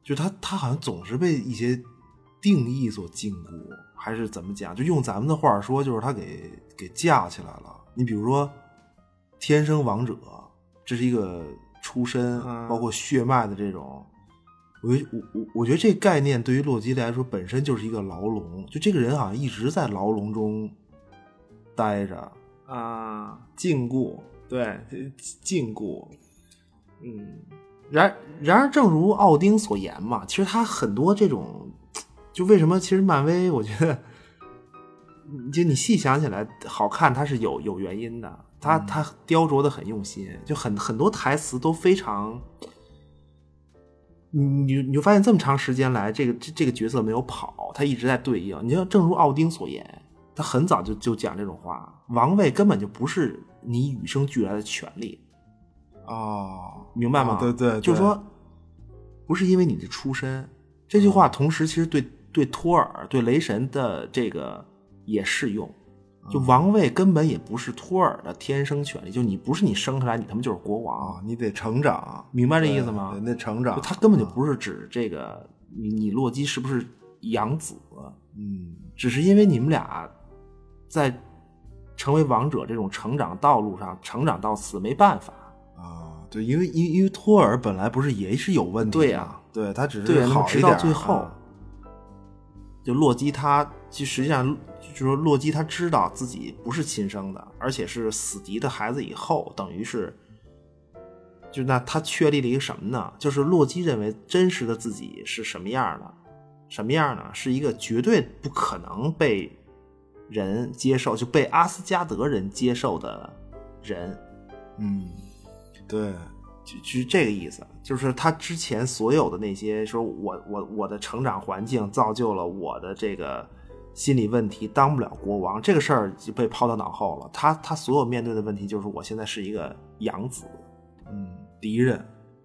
Speaker 2: 就他他好像总是被一些定义所禁锢，还是怎么讲？就用咱们的话说，就是他给给架起来了。你比如说，天生王者，这是一个出身，
Speaker 4: 嗯
Speaker 2: 包括血脉的这种。我觉我我我觉得这概念对于洛基来说本身就是一个牢笼，就这个人好像一直在牢笼中待着，
Speaker 4: 啊，禁锢，对，禁锢，嗯。然然而，正如奥丁所言嘛，其实他很多这种，就为什么其实漫威，我觉得，就你细想起来，好看它是有有原因的，它它雕琢的很用心，就很很多台词都非常。你你你就发现这么长时间来，这个这这个角色没有跑，他一直在对应。你就正如奥丁所言，他很早就就讲这种话，王位根本就不是你与生俱来的权利，
Speaker 2: 哦，
Speaker 4: 明白吗？
Speaker 2: 啊对对对
Speaker 4: 就是说，不是因为你的出身。这句话
Speaker 2: 嗯
Speaker 4: 同时其实对对托尔、对雷神的这个也适用。
Speaker 2: 嗯
Speaker 4: 就王位根本也不是托尔的天生权利，就你不是你生下来你他妈就是国王，
Speaker 2: 啊，你得成长，
Speaker 4: 明白这意思吗
Speaker 2: 对？嗯那成长
Speaker 4: 就，他根本就不是指这个你你洛基是不是养子，
Speaker 2: 嗯
Speaker 4: 只是因为你们俩在成为王者这种成长道路上成长到死没办法，
Speaker 2: 啊，对，因为因因为托尔本来不是也是有问题的，
Speaker 4: 对呀
Speaker 2: 对他只
Speaker 4: 对
Speaker 2: 是
Speaker 4: 啊，
Speaker 2: 好一
Speaker 4: 直
Speaker 2: 点
Speaker 4: 到
Speaker 2: 儿
Speaker 4: 最后，
Speaker 2: 啊
Speaker 4: 就洛基他其实实际上就是说洛基他知道自己不是亲生的，而且是死敌的孩子以后，等于是就那他确立了一个什么呢？就是洛基认为真实的自己是什么样的？什么样呢？是一个绝对不可能被人接受，就被阿斯加德人接受的人。
Speaker 2: 嗯，对，
Speaker 4: 就就是这个意思，就是他之前所有的那些说我我我的成长环境造就了我的这个心理问题，当不了国王这个事儿就被抛到脑后了。他他所有面对的问题就是我现在是一个养子
Speaker 2: 嗯
Speaker 4: 敌人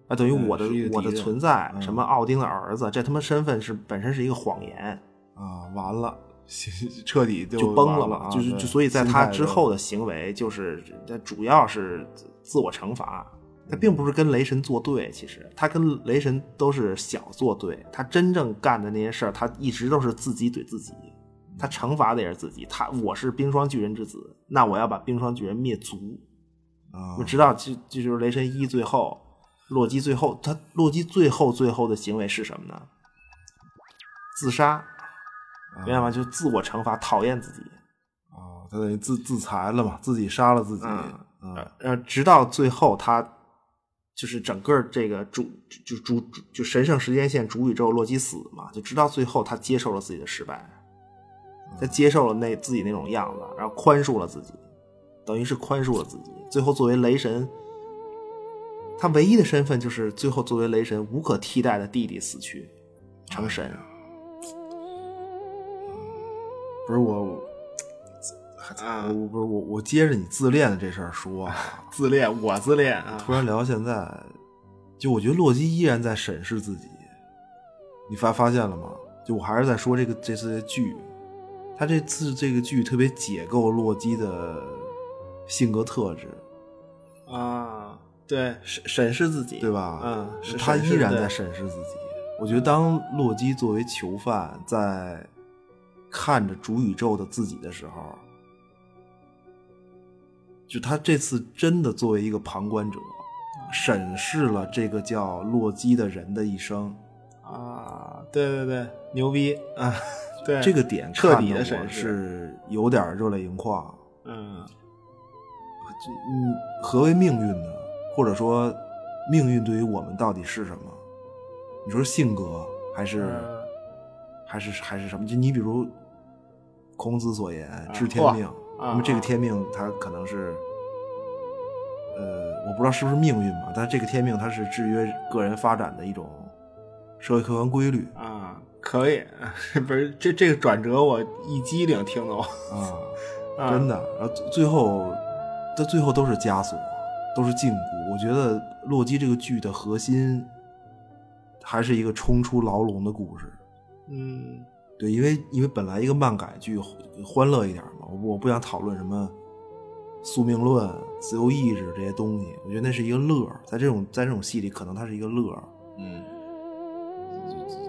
Speaker 4: 啊，等于
Speaker 2: 对
Speaker 4: 我的
Speaker 2: 是一个敌人
Speaker 4: 我的存在，
Speaker 2: 嗯
Speaker 4: 什么奥丁的儿子，这他妈身份是本身是一个谎言，
Speaker 2: 啊，完了，彻底就
Speaker 4: 就崩
Speaker 2: 完了
Speaker 4: 嘛。
Speaker 2: 啊
Speaker 4: 就是
Speaker 2: 对
Speaker 4: 就所以在他
Speaker 2: 心态啊
Speaker 4: 之后的行为就是他主要是自自我惩罚，他并
Speaker 2: 嗯
Speaker 4: 不是跟雷神作对，其实他跟雷神都是小作对，他真正干的那些事儿，他一直都是自己怼自己。
Speaker 2: 嗯
Speaker 4: 他惩罚的也是自己，他我是冰霜巨人之子，那我要把冰霜巨人灭族。
Speaker 2: 啊
Speaker 4: 我，直到这这就是雷神一最后，洛基最后他洛基最后最后的行为是什么呢？自杀，明白吗？就自我惩罚，讨厌自己。
Speaker 2: 啊，他等于自自裁了嘛，自己杀了自己，
Speaker 4: 嗯
Speaker 2: 啊
Speaker 4: 呃，直到最后，他就是整个这个主就主主就神圣时间线主宇宙洛基死嘛，就直到最后，他接受了自己的失败，他接受了那自己那种样子，然后宽恕了自己，等于是宽恕了自己。最后，作为雷神，他唯一的身份就是最后作为雷神无可替代的弟弟死去，成神。
Speaker 2: 不是我，我
Speaker 4: 啊
Speaker 2: 我不是我，我接着你自恋的这事儿 说啊，
Speaker 4: 自恋，我自恋啊
Speaker 2: 突然聊到现在，就我觉得洛基依然在审视自己，你发发现了吗？就我还是在说这个这次的剧，他这次这个剧特别解构洛基的性格特质，
Speaker 4: 啊，对，审审视自己，
Speaker 2: 对吧？
Speaker 4: 嗯，是
Speaker 2: 他
Speaker 4: 审
Speaker 2: 依
Speaker 4: 视
Speaker 2: 然
Speaker 4: 对
Speaker 2: 在审视自己。我觉得当洛基作为囚犯在看着主宇宙的自己的时候，就他这次真的作为一个旁观者，
Speaker 4: 嗯
Speaker 2: 审视了这个叫洛基的人的一生。
Speaker 4: 啊，对对对，牛逼啊！对
Speaker 2: 这个点
Speaker 4: 彻
Speaker 2: 看
Speaker 4: 底
Speaker 2: 的
Speaker 4: 的
Speaker 2: 我
Speaker 4: 审视，
Speaker 2: 是有点热泪盈眶。
Speaker 4: 嗯
Speaker 2: 这嗯，何为命运呢？或者说，命运对于我们到底是什么？你说是性格还是、
Speaker 4: 嗯
Speaker 2: 还是还是什么？就你比如孔子所言“知天
Speaker 4: 嚯
Speaker 2: 命”，
Speaker 4: 啊
Speaker 2: 那么这个
Speaker 4: 啊
Speaker 2: 天命它可能是，呃，我不知道是不是命运吧，但是这个天命它是制约个人发展的一种社会客观规律
Speaker 4: 啊，可以， 不是这这个转折我一激灵听懂，
Speaker 2: 啊，
Speaker 4: 啊
Speaker 2: 真的。然后最最后，到最后都是枷锁，都是禁锢。我觉得《洛基》这个剧的核心还是一个冲出牢笼的故事。
Speaker 4: 嗯
Speaker 2: 对，因为因为本来一个漫改剧欢乐一点嘛，我不我不想讨论什么宿命论、自由意志这些东西，我觉得那是一个乐儿，在这种在这种戏里，可能它是一个乐儿。
Speaker 4: 嗯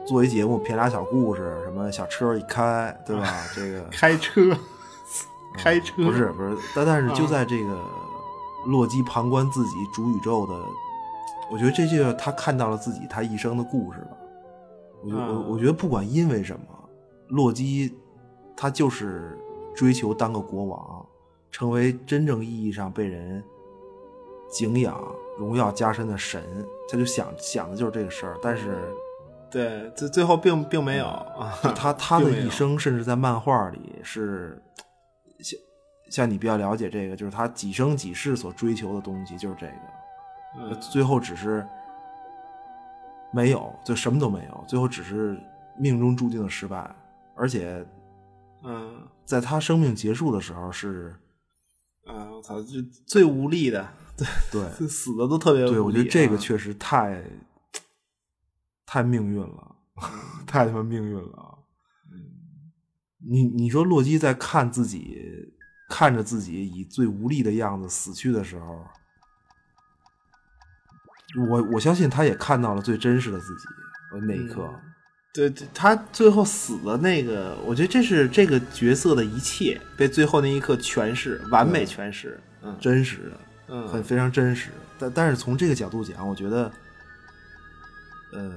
Speaker 2: 作为节目编俩小故事，什么小车一开，对吧？这个
Speaker 4: 啊
Speaker 2: 嗯
Speaker 4: 开车，开车啊
Speaker 2: 不是不是，但但是就在这个洛基旁观自己主宇宙的，我觉得这就是他看到了自己他一生的故事吧。我觉得我
Speaker 4: 嗯
Speaker 2: 我觉得不管因为什么，洛基他就是追求当个国王，成为真正意义上被人敬仰、荣耀加身的神，他就想想的就是这个事儿。但是
Speaker 4: 对，最最后并并没有啊，
Speaker 2: 就他他的
Speaker 4: 并没有
Speaker 2: 一生，甚至在漫画里是像像你比较了解这个，就是他几生几世所追求的东西就是这个，呃
Speaker 4: 嗯
Speaker 2: 最后只是没有，就什么都没有，最后只是命中注定的失败，而且
Speaker 4: 嗯
Speaker 2: 在他生命结束的时候是，
Speaker 4: 嗯，我操，这最无力的，
Speaker 2: 对
Speaker 4: 这死的都特别无力啊。
Speaker 2: 对，我觉得这个确实太太命运了， 太他妈命运了啊。
Speaker 4: 嗯
Speaker 2: 你你说洛基在看自己，看着自己以最无力的样子死去的时候，我我相信他也看到了最真实的自己。呃那一刻，
Speaker 4: 嗯对对他最后死的那个，我觉得这是这个角色的一切被最后那一刻诠释，完美诠释。嗯
Speaker 2: 真实的，
Speaker 4: 嗯，
Speaker 2: 很非常真实。但但是从这个角度讲，我觉得，呃，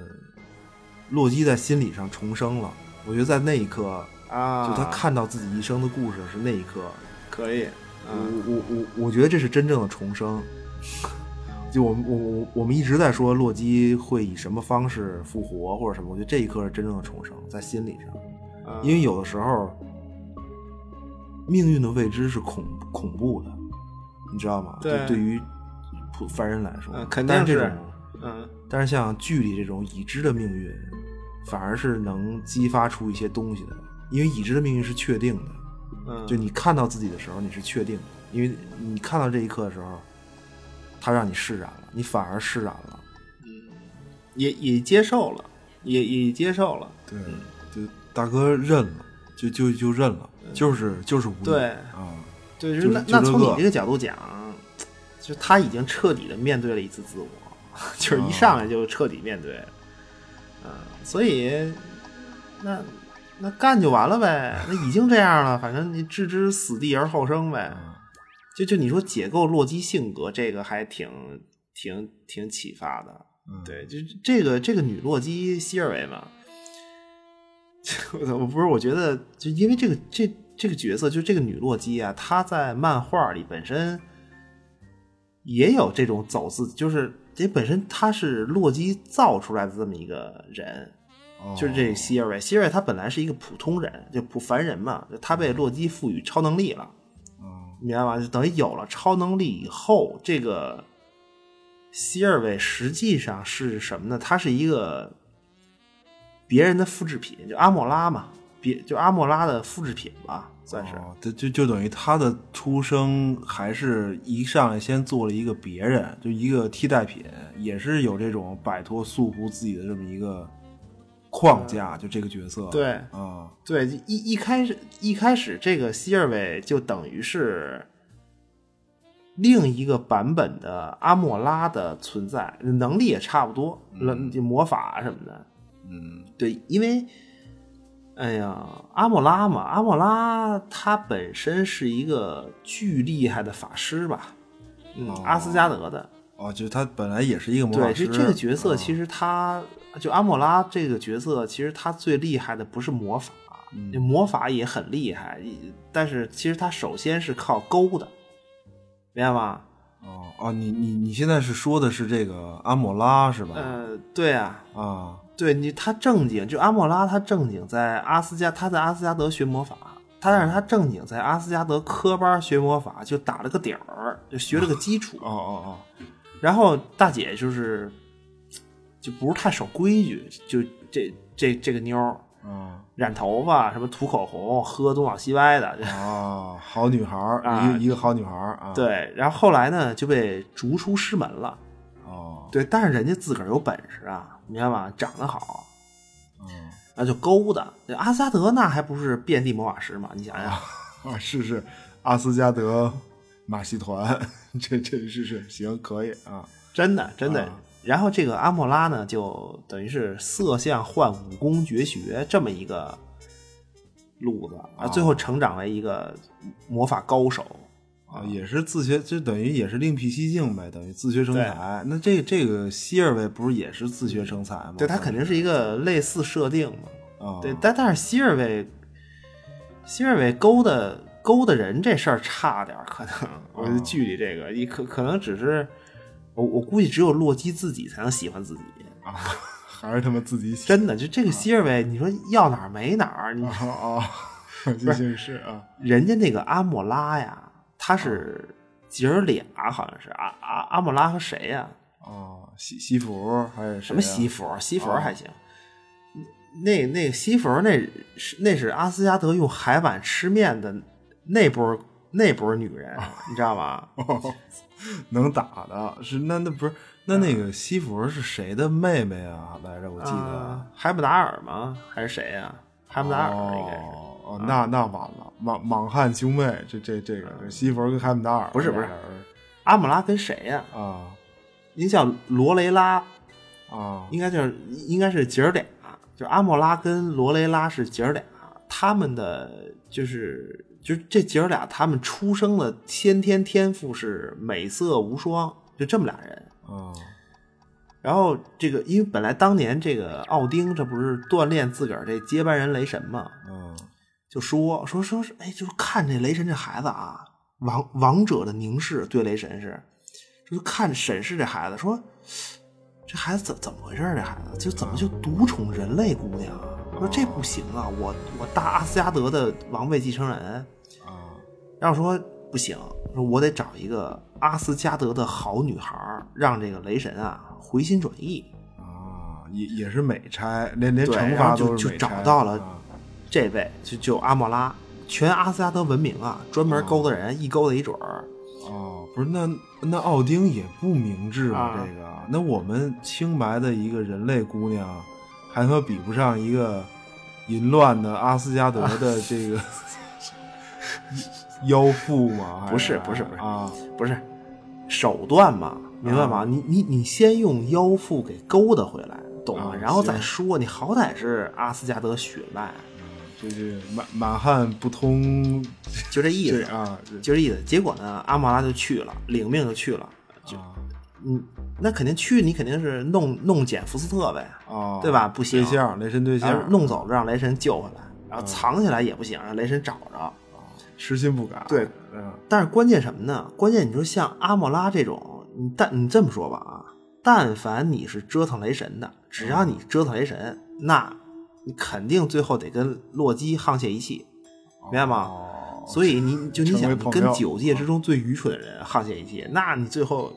Speaker 2: 洛基在心理上重生了。我觉得在那一刻，
Speaker 4: 啊，
Speaker 2: 就他看到自己一生的故事是那一刻，
Speaker 4: 可以，嗯
Speaker 2: 我我我我觉得这是真正的重生。就我们我我我们一直在说洛基会以什么方式复活或者什么，我觉得这一刻是真正的重生，在心理上，
Speaker 4: 嗯
Speaker 2: 因为有的时候命运的未知是恐恐怖的，你知道吗？
Speaker 4: 对
Speaker 2: 就对于普凡人来说，
Speaker 4: 嗯肯定
Speaker 2: 但是这
Speaker 4: 是
Speaker 2: 种，
Speaker 4: 嗯
Speaker 2: 但是像剧里这种已知的命运，反而是能激发出一些东西的，因为已知的命运是确定的，
Speaker 4: 嗯，
Speaker 2: 就你看到自己的时候，你是确定的，因为你看到这一刻的时候，它让你释然了，你反而释然了。
Speaker 4: 也也接受了，也也接受了，
Speaker 2: 对，就大哥认了，就就就认了，就是就是无力
Speaker 4: 对
Speaker 2: 啊，
Speaker 4: 对，就
Speaker 2: 就是是
Speaker 4: 那
Speaker 2: 就
Speaker 4: 那
Speaker 2: 这
Speaker 4: 从你
Speaker 2: 个
Speaker 4: 这个角度讲，就他已经彻底的面对了一次自我， 就是
Speaker 2: 哦
Speaker 4: 一上来就彻底面对，嗯，所以那那干就完了呗，那已经这样了，反正你置之死地而后生呗。
Speaker 2: 嗯
Speaker 4: 就就你说解构洛基性格这个还挺挺挺启发的，
Speaker 2: 嗯
Speaker 4: 对，就这个这个女洛基希尔维嘛， 我操我不是，我觉得就因为这个这这个角色，就这个女洛基啊，她在漫画里本身也有这种走自，就是这本身她是洛基造出来的这么一个人，
Speaker 2: 哦
Speaker 4: 就是这个希尔维，希尔维他本来是一个普通人，就普凡人嘛，就他
Speaker 2: 哦
Speaker 4: 被洛基赋予超能力了。
Speaker 2: 嗯
Speaker 4: 明白吗？就等于有了超能力以后，这个希尔维实际上是什么呢？他是一个别人的复制品，就阿莫拉嘛，别就阿莫拉的复制品吧，算是。
Speaker 2: 哦就就就等于他的出生还是一上来先做了一个别人，就一个替代品，也是有这种摆脱束缚自己的这么一个框架，就这个角色
Speaker 4: 对
Speaker 2: 啊、
Speaker 4: 对，一一开始一开始这个希尔维就等于是另一个版本的阿莫拉的存在，能力也差不多，能魔法什么的。
Speaker 2: 嗯
Speaker 4: 对，因为，哎呀，阿莫拉嘛，阿莫拉他本身是一个巨厉害的法师吧，嗯，
Speaker 2: 哦
Speaker 4: 阿斯加德的，
Speaker 2: 哦，就是他本来也是一个魔法
Speaker 4: 对，
Speaker 2: 师，
Speaker 4: 就这个角色其
Speaker 2: 实、
Speaker 4: 实他、就阿莫拉这个角色，其实他最厉害的不是魔法，魔法也很厉害，但是其实他首先是靠勾的，明白吗？
Speaker 2: 哦哦，你你你现在是说的是这个阿莫拉是吧？
Speaker 4: 呃，对啊，
Speaker 2: 啊，
Speaker 4: 对你，他正经就阿莫拉，他正经在阿斯加，他在阿斯加德学魔法，他但是他正经在阿斯加德科班学魔法，就打了个底儿，就学了个基础。
Speaker 2: 哦哦
Speaker 4: 然后大姐就是就不是太守规矩，就这这这个妞儿
Speaker 2: 哦，嗯
Speaker 4: 染头发，什么涂口红，喝东倒西歪的，就
Speaker 2: 哦，好女孩儿，
Speaker 4: 啊
Speaker 2: 一个一个好女孩儿啊。，
Speaker 4: 对。然后后来呢，就被逐出师门了。
Speaker 2: 哦，
Speaker 4: 对，但是人家自个儿有本事啊，你看吧，长得好，
Speaker 2: 嗯
Speaker 4: 啊，就勾搭。这阿斯加德那还不是遍地魔法师嘛？你想想，
Speaker 2: 啊，是是，阿斯加德马戏团， 这这是是行，可以啊。
Speaker 4: 真的真的。
Speaker 2: 啊
Speaker 4: 然后这个阿莫拉呢，就等于是色相换武功绝学这么一个路子啊，最后成长为一个魔法高手。
Speaker 2: 啊，也是自学，就等于也是另辟蹊径呗，等于自学成才。那这这个希尔维不是也是自学成才吗？
Speaker 4: 对他肯定是一个类似设定嘛。
Speaker 2: 啊，
Speaker 4: 对，但但是希尔维，希尔维勾搭勾搭人这事儿差点儿，可能我觉得剧里这个，你可可能只是我我估计只有洛基自己才能喜欢自己，
Speaker 2: 啊，还是他妈自己写
Speaker 4: 真的就这个希尔维，你说要哪儿没哪儿，你
Speaker 2: 啊啊， 毕竟是啊，
Speaker 4: 人家那个阿莫拉呀，他是姐儿俩，好像是阿阿阿莫拉和谁呀、
Speaker 2: 哦，西西服还是
Speaker 4: 什么西
Speaker 2: 服？
Speaker 4: 佛儿？西佛
Speaker 2: 哦
Speaker 4: 儿还行。那那个西佛儿那是那是阿斯加德用海碗吃面的那波儿那波儿女人，
Speaker 2: 哦
Speaker 4: 你知 道吗？
Speaker 2: 能打的是那那不是那那个西服是谁的妹妹啊？来着，我记得
Speaker 4: 嗯啊海姆达尔吗？还是谁呀、海姆达尔应该是。啊
Speaker 2: 哦，哦那那完了，莽莽汉兄妹，这这这个这西服跟海姆达尔
Speaker 4: 嗯不是不是
Speaker 2: 俩人
Speaker 4: 阿姆拉跟谁呀、
Speaker 2: 啊
Speaker 4: 您叫罗雷拉，
Speaker 2: 啊
Speaker 4: 应该就是应该是姐儿俩，就是阿莫拉跟罗雷拉是姐儿俩，他们的就是就是这姐儿俩，他们出生的先天天赋是美色无双，就这么俩人。
Speaker 2: 啊
Speaker 4: 然后这个，因为本来当年这个奥丁这不是锻炼自个儿这接班人雷神嘛，
Speaker 2: 嗯
Speaker 4: 就说说说是，哎，就是看这雷神这孩子啊，王王者的凝视对雷神是，就是看审视这孩子，说这孩子怎怎么回事儿？这孩子就怎么就独宠人类姑娘啊？说这不行啊，我我大阿斯加德的王位继承人，
Speaker 2: 啊
Speaker 4: 然后说不行，说我得找一个阿斯加德的好女孩儿，让这个雷神啊回心转意。
Speaker 2: 啊，也也是美差，连连
Speaker 4: 对
Speaker 2: 惩
Speaker 4: 然
Speaker 2: 罚
Speaker 4: 后就
Speaker 2: 都是
Speaker 4: 就
Speaker 2: 美差
Speaker 4: 找到了
Speaker 2: 啊
Speaker 4: 这位就就阿莫拉，全阿斯加德文明啊，专门勾搭人，一勾搭一准儿。
Speaker 2: 哦，不是，那那奥丁也不明智啊，
Speaker 4: 啊
Speaker 2: 这个，那我们清白的一个人类姑娘，还他妈比不上一个淫乱的阿斯加德的这 个妖妇吗？还
Speaker 4: 不是不是不是
Speaker 2: 啊
Speaker 4: 不是手段嘛，明白吗？
Speaker 2: 啊
Speaker 4: 你你你先用妖妇给勾搭回来，懂吗？
Speaker 2: 啊
Speaker 4: 然后再
Speaker 2: 行
Speaker 4: 说，你好歹是阿斯加德血脉，
Speaker 2: 这这满满汉不通
Speaker 4: 就这意
Speaker 2: 这
Speaker 4: 思，
Speaker 2: 啊这
Speaker 4: 就这意思。结果呢，阿莫拉就去了，领命就去了。
Speaker 2: 啊
Speaker 4: 嗯，那肯定去，你肯定是弄弄捡福斯特呗，
Speaker 2: 啊
Speaker 4: 对吧？不行，
Speaker 2: 对象雷神对
Speaker 4: 然
Speaker 2: 象
Speaker 4: 后弄走了，让雷神救回来，然
Speaker 2: 哦
Speaker 4: 后藏起来也不行，让雷神找着。
Speaker 2: 痴心不改
Speaker 4: 对
Speaker 2: 嗯
Speaker 4: 但是关键什么呢？关键你说像阿莫拉这种，你但你这么说吧啊，但凡你是折腾雷神的，只要你折腾雷神，那你肯定最后得跟洛基沆瀣一气，明白吗？
Speaker 2: 哦
Speaker 4: 所以你就你
Speaker 2: 成为
Speaker 4: 想
Speaker 2: 朋友
Speaker 4: 跟九界之中最愚蠢的人沆瀣一气，那你最后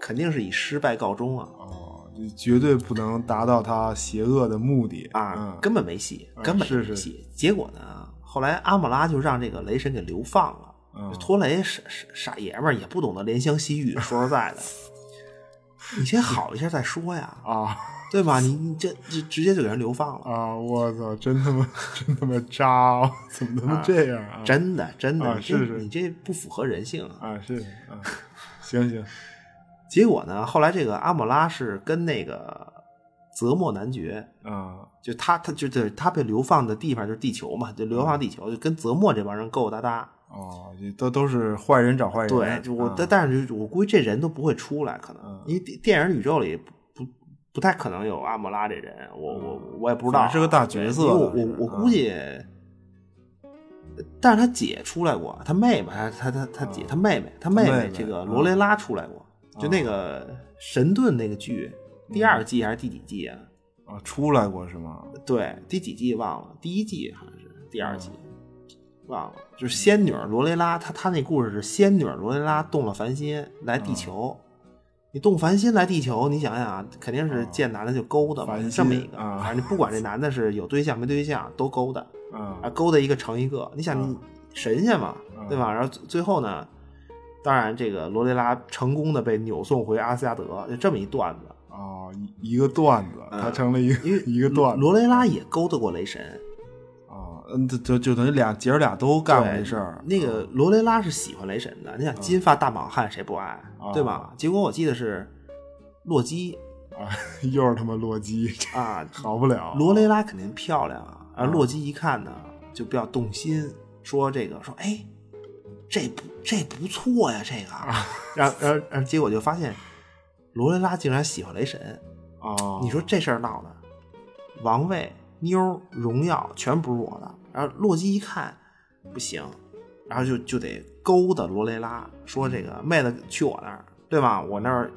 Speaker 4: 肯定是以失败告终啊
Speaker 2: 哦，就绝对不能达到他邪恶的目的
Speaker 4: 啊，
Speaker 2: 嗯
Speaker 4: 根本没戏，
Speaker 2: 嗯
Speaker 4: 根本就没戏。
Speaker 2: 是是
Speaker 4: 结果呢，后来阿莫拉就让这个雷神给流放了。
Speaker 2: 嗯
Speaker 4: 托雷傻傻傻爷们儿也不懂得怜香惜玉，说实在的，你先好一下再说呀，
Speaker 2: 啊。
Speaker 4: 对吧？你你这这直接就给人流放了，
Speaker 2: 啊！我操，真他妈 真他妈渣、哦，怎么他妈这样啊？
Speaker 4: 真的真的，
Speaker 2: 啊
Speaker 4: 你这
Speaker 2: 是是
Speaker 4: 你这不符合人性啊。
Speaker 2: 啊是啊，行行
Speaker 4: 结果呢，后来这个阿莫拉是跟那个泽莫男爵，
Speaker 2: 啊
Speaker 4: 就他他就对他被流放的地方就是地球嘛，就流放地球，就跟泽莫这帮人勾勾搭搭。
Speaker 2: 哦，这都都是坏人找坏人。
Speaker 4: 对，就我、
Speaker 2: 啊
Speaker 4: 但但是就我估计这人都不会出来，可能、
Speaker 2: 嗯
Speaker 4: 因为电电影宇宙里不不不太可能有阿莫拉这人，我我我也不知道啊，
Speaker 2: 嗯反正是个大角色
Speaker 4: 对因为
Speaker 2: 倒是
Speaker 4: 我我我
Speaker 2: 嗯
Speaker 4: 估计，但是他姐出来过，他妹妹，他他他他姐，
Speaker 2: 嗯
Speaker 4: 他妹妹，他
Speaker 2: 妹
Speaker 4: 妹
Speaker 2: 妹
Speaker 4: 这个
Speaker 2: 嗯
Speaker 4: 罗雷
Speaker 2: 嗯
Speaker 4: 拉出来过，就那个神盾那个剧、第二季还是第几季啊？
Speaker 2: 啊、啊，出来过是吗？
Speaker 4: 对，第几季忘了，第一季好像是第二季，
Speaker 2: 嗯
Speaker 4: 忘了。就是仙女罗雷拉，她她那故事是仙女罗雷拉动了凡心来
Speaker 2: 嗯
Speaker 4: 地球。你动凡心来地球，你想想啊，肯定是见男的就勾搭
Speaker 2: 嗯
Speaker 4: 嘛，
Speaker 2: 烦心
Speaker 4: 这么一个。
Speaker 2: 啊
Speaker 4: 反正你不管这男的是有对象没对象，都勾搭啊，
Speaker 2: 啊
Speaker 4: 勾搭一个成一个。你想你神仙嘛，
Speaker 2: 嗯
Speaker 4: 对吧？然后最最后呢，当然这个罗雷拉成功的被扭送回阿斯加德，就这么一段子。
Speaker 2: 哦，一一个段子，
Speaker 4: 嗯
Speaker 2: 它成了一个
Speaker 4: 因为
Speaker 2: 一个段子
Speaker 4: 罗雷拉也勾搭过雷神，
Speaker 2: 啊，嗯，就就就等于俩姐儿俩都干过这事儿，啊嗯
Speaker 4: 那个罗雷拉是喜欢雷神的，你想金发大莽汉谁不爱，
Speaker 2: 啊
Speaker 4: 对吧？结果我记得是洛基
Speaker 2: 啊， 又是他妈洛基，
Speaker 4: 啊，
Speaker 2: 好不了，
Speaker 4: 罗雷拉肯定漂亮啊，而
Speaker 2: 嗯
Speaker 4: 洛基一看呢就比较动心，说这个说哎，这不这不错呀，这个，
Speaker 2: 啊
Speaker 4: 然后然后然后结果就发现罗雷拉竟然喜欢雷神，
Speaker 2: 啊，
Speaker 4: 你说这事儿闹的，王位、妞儿、荣耀全不是我的。然后洛基一看不行，然后就就得勾搭罗雷拉，说这
Speaker 2: 嗯
Speaker 4: 个妹子去我那儿，对吧？我那儿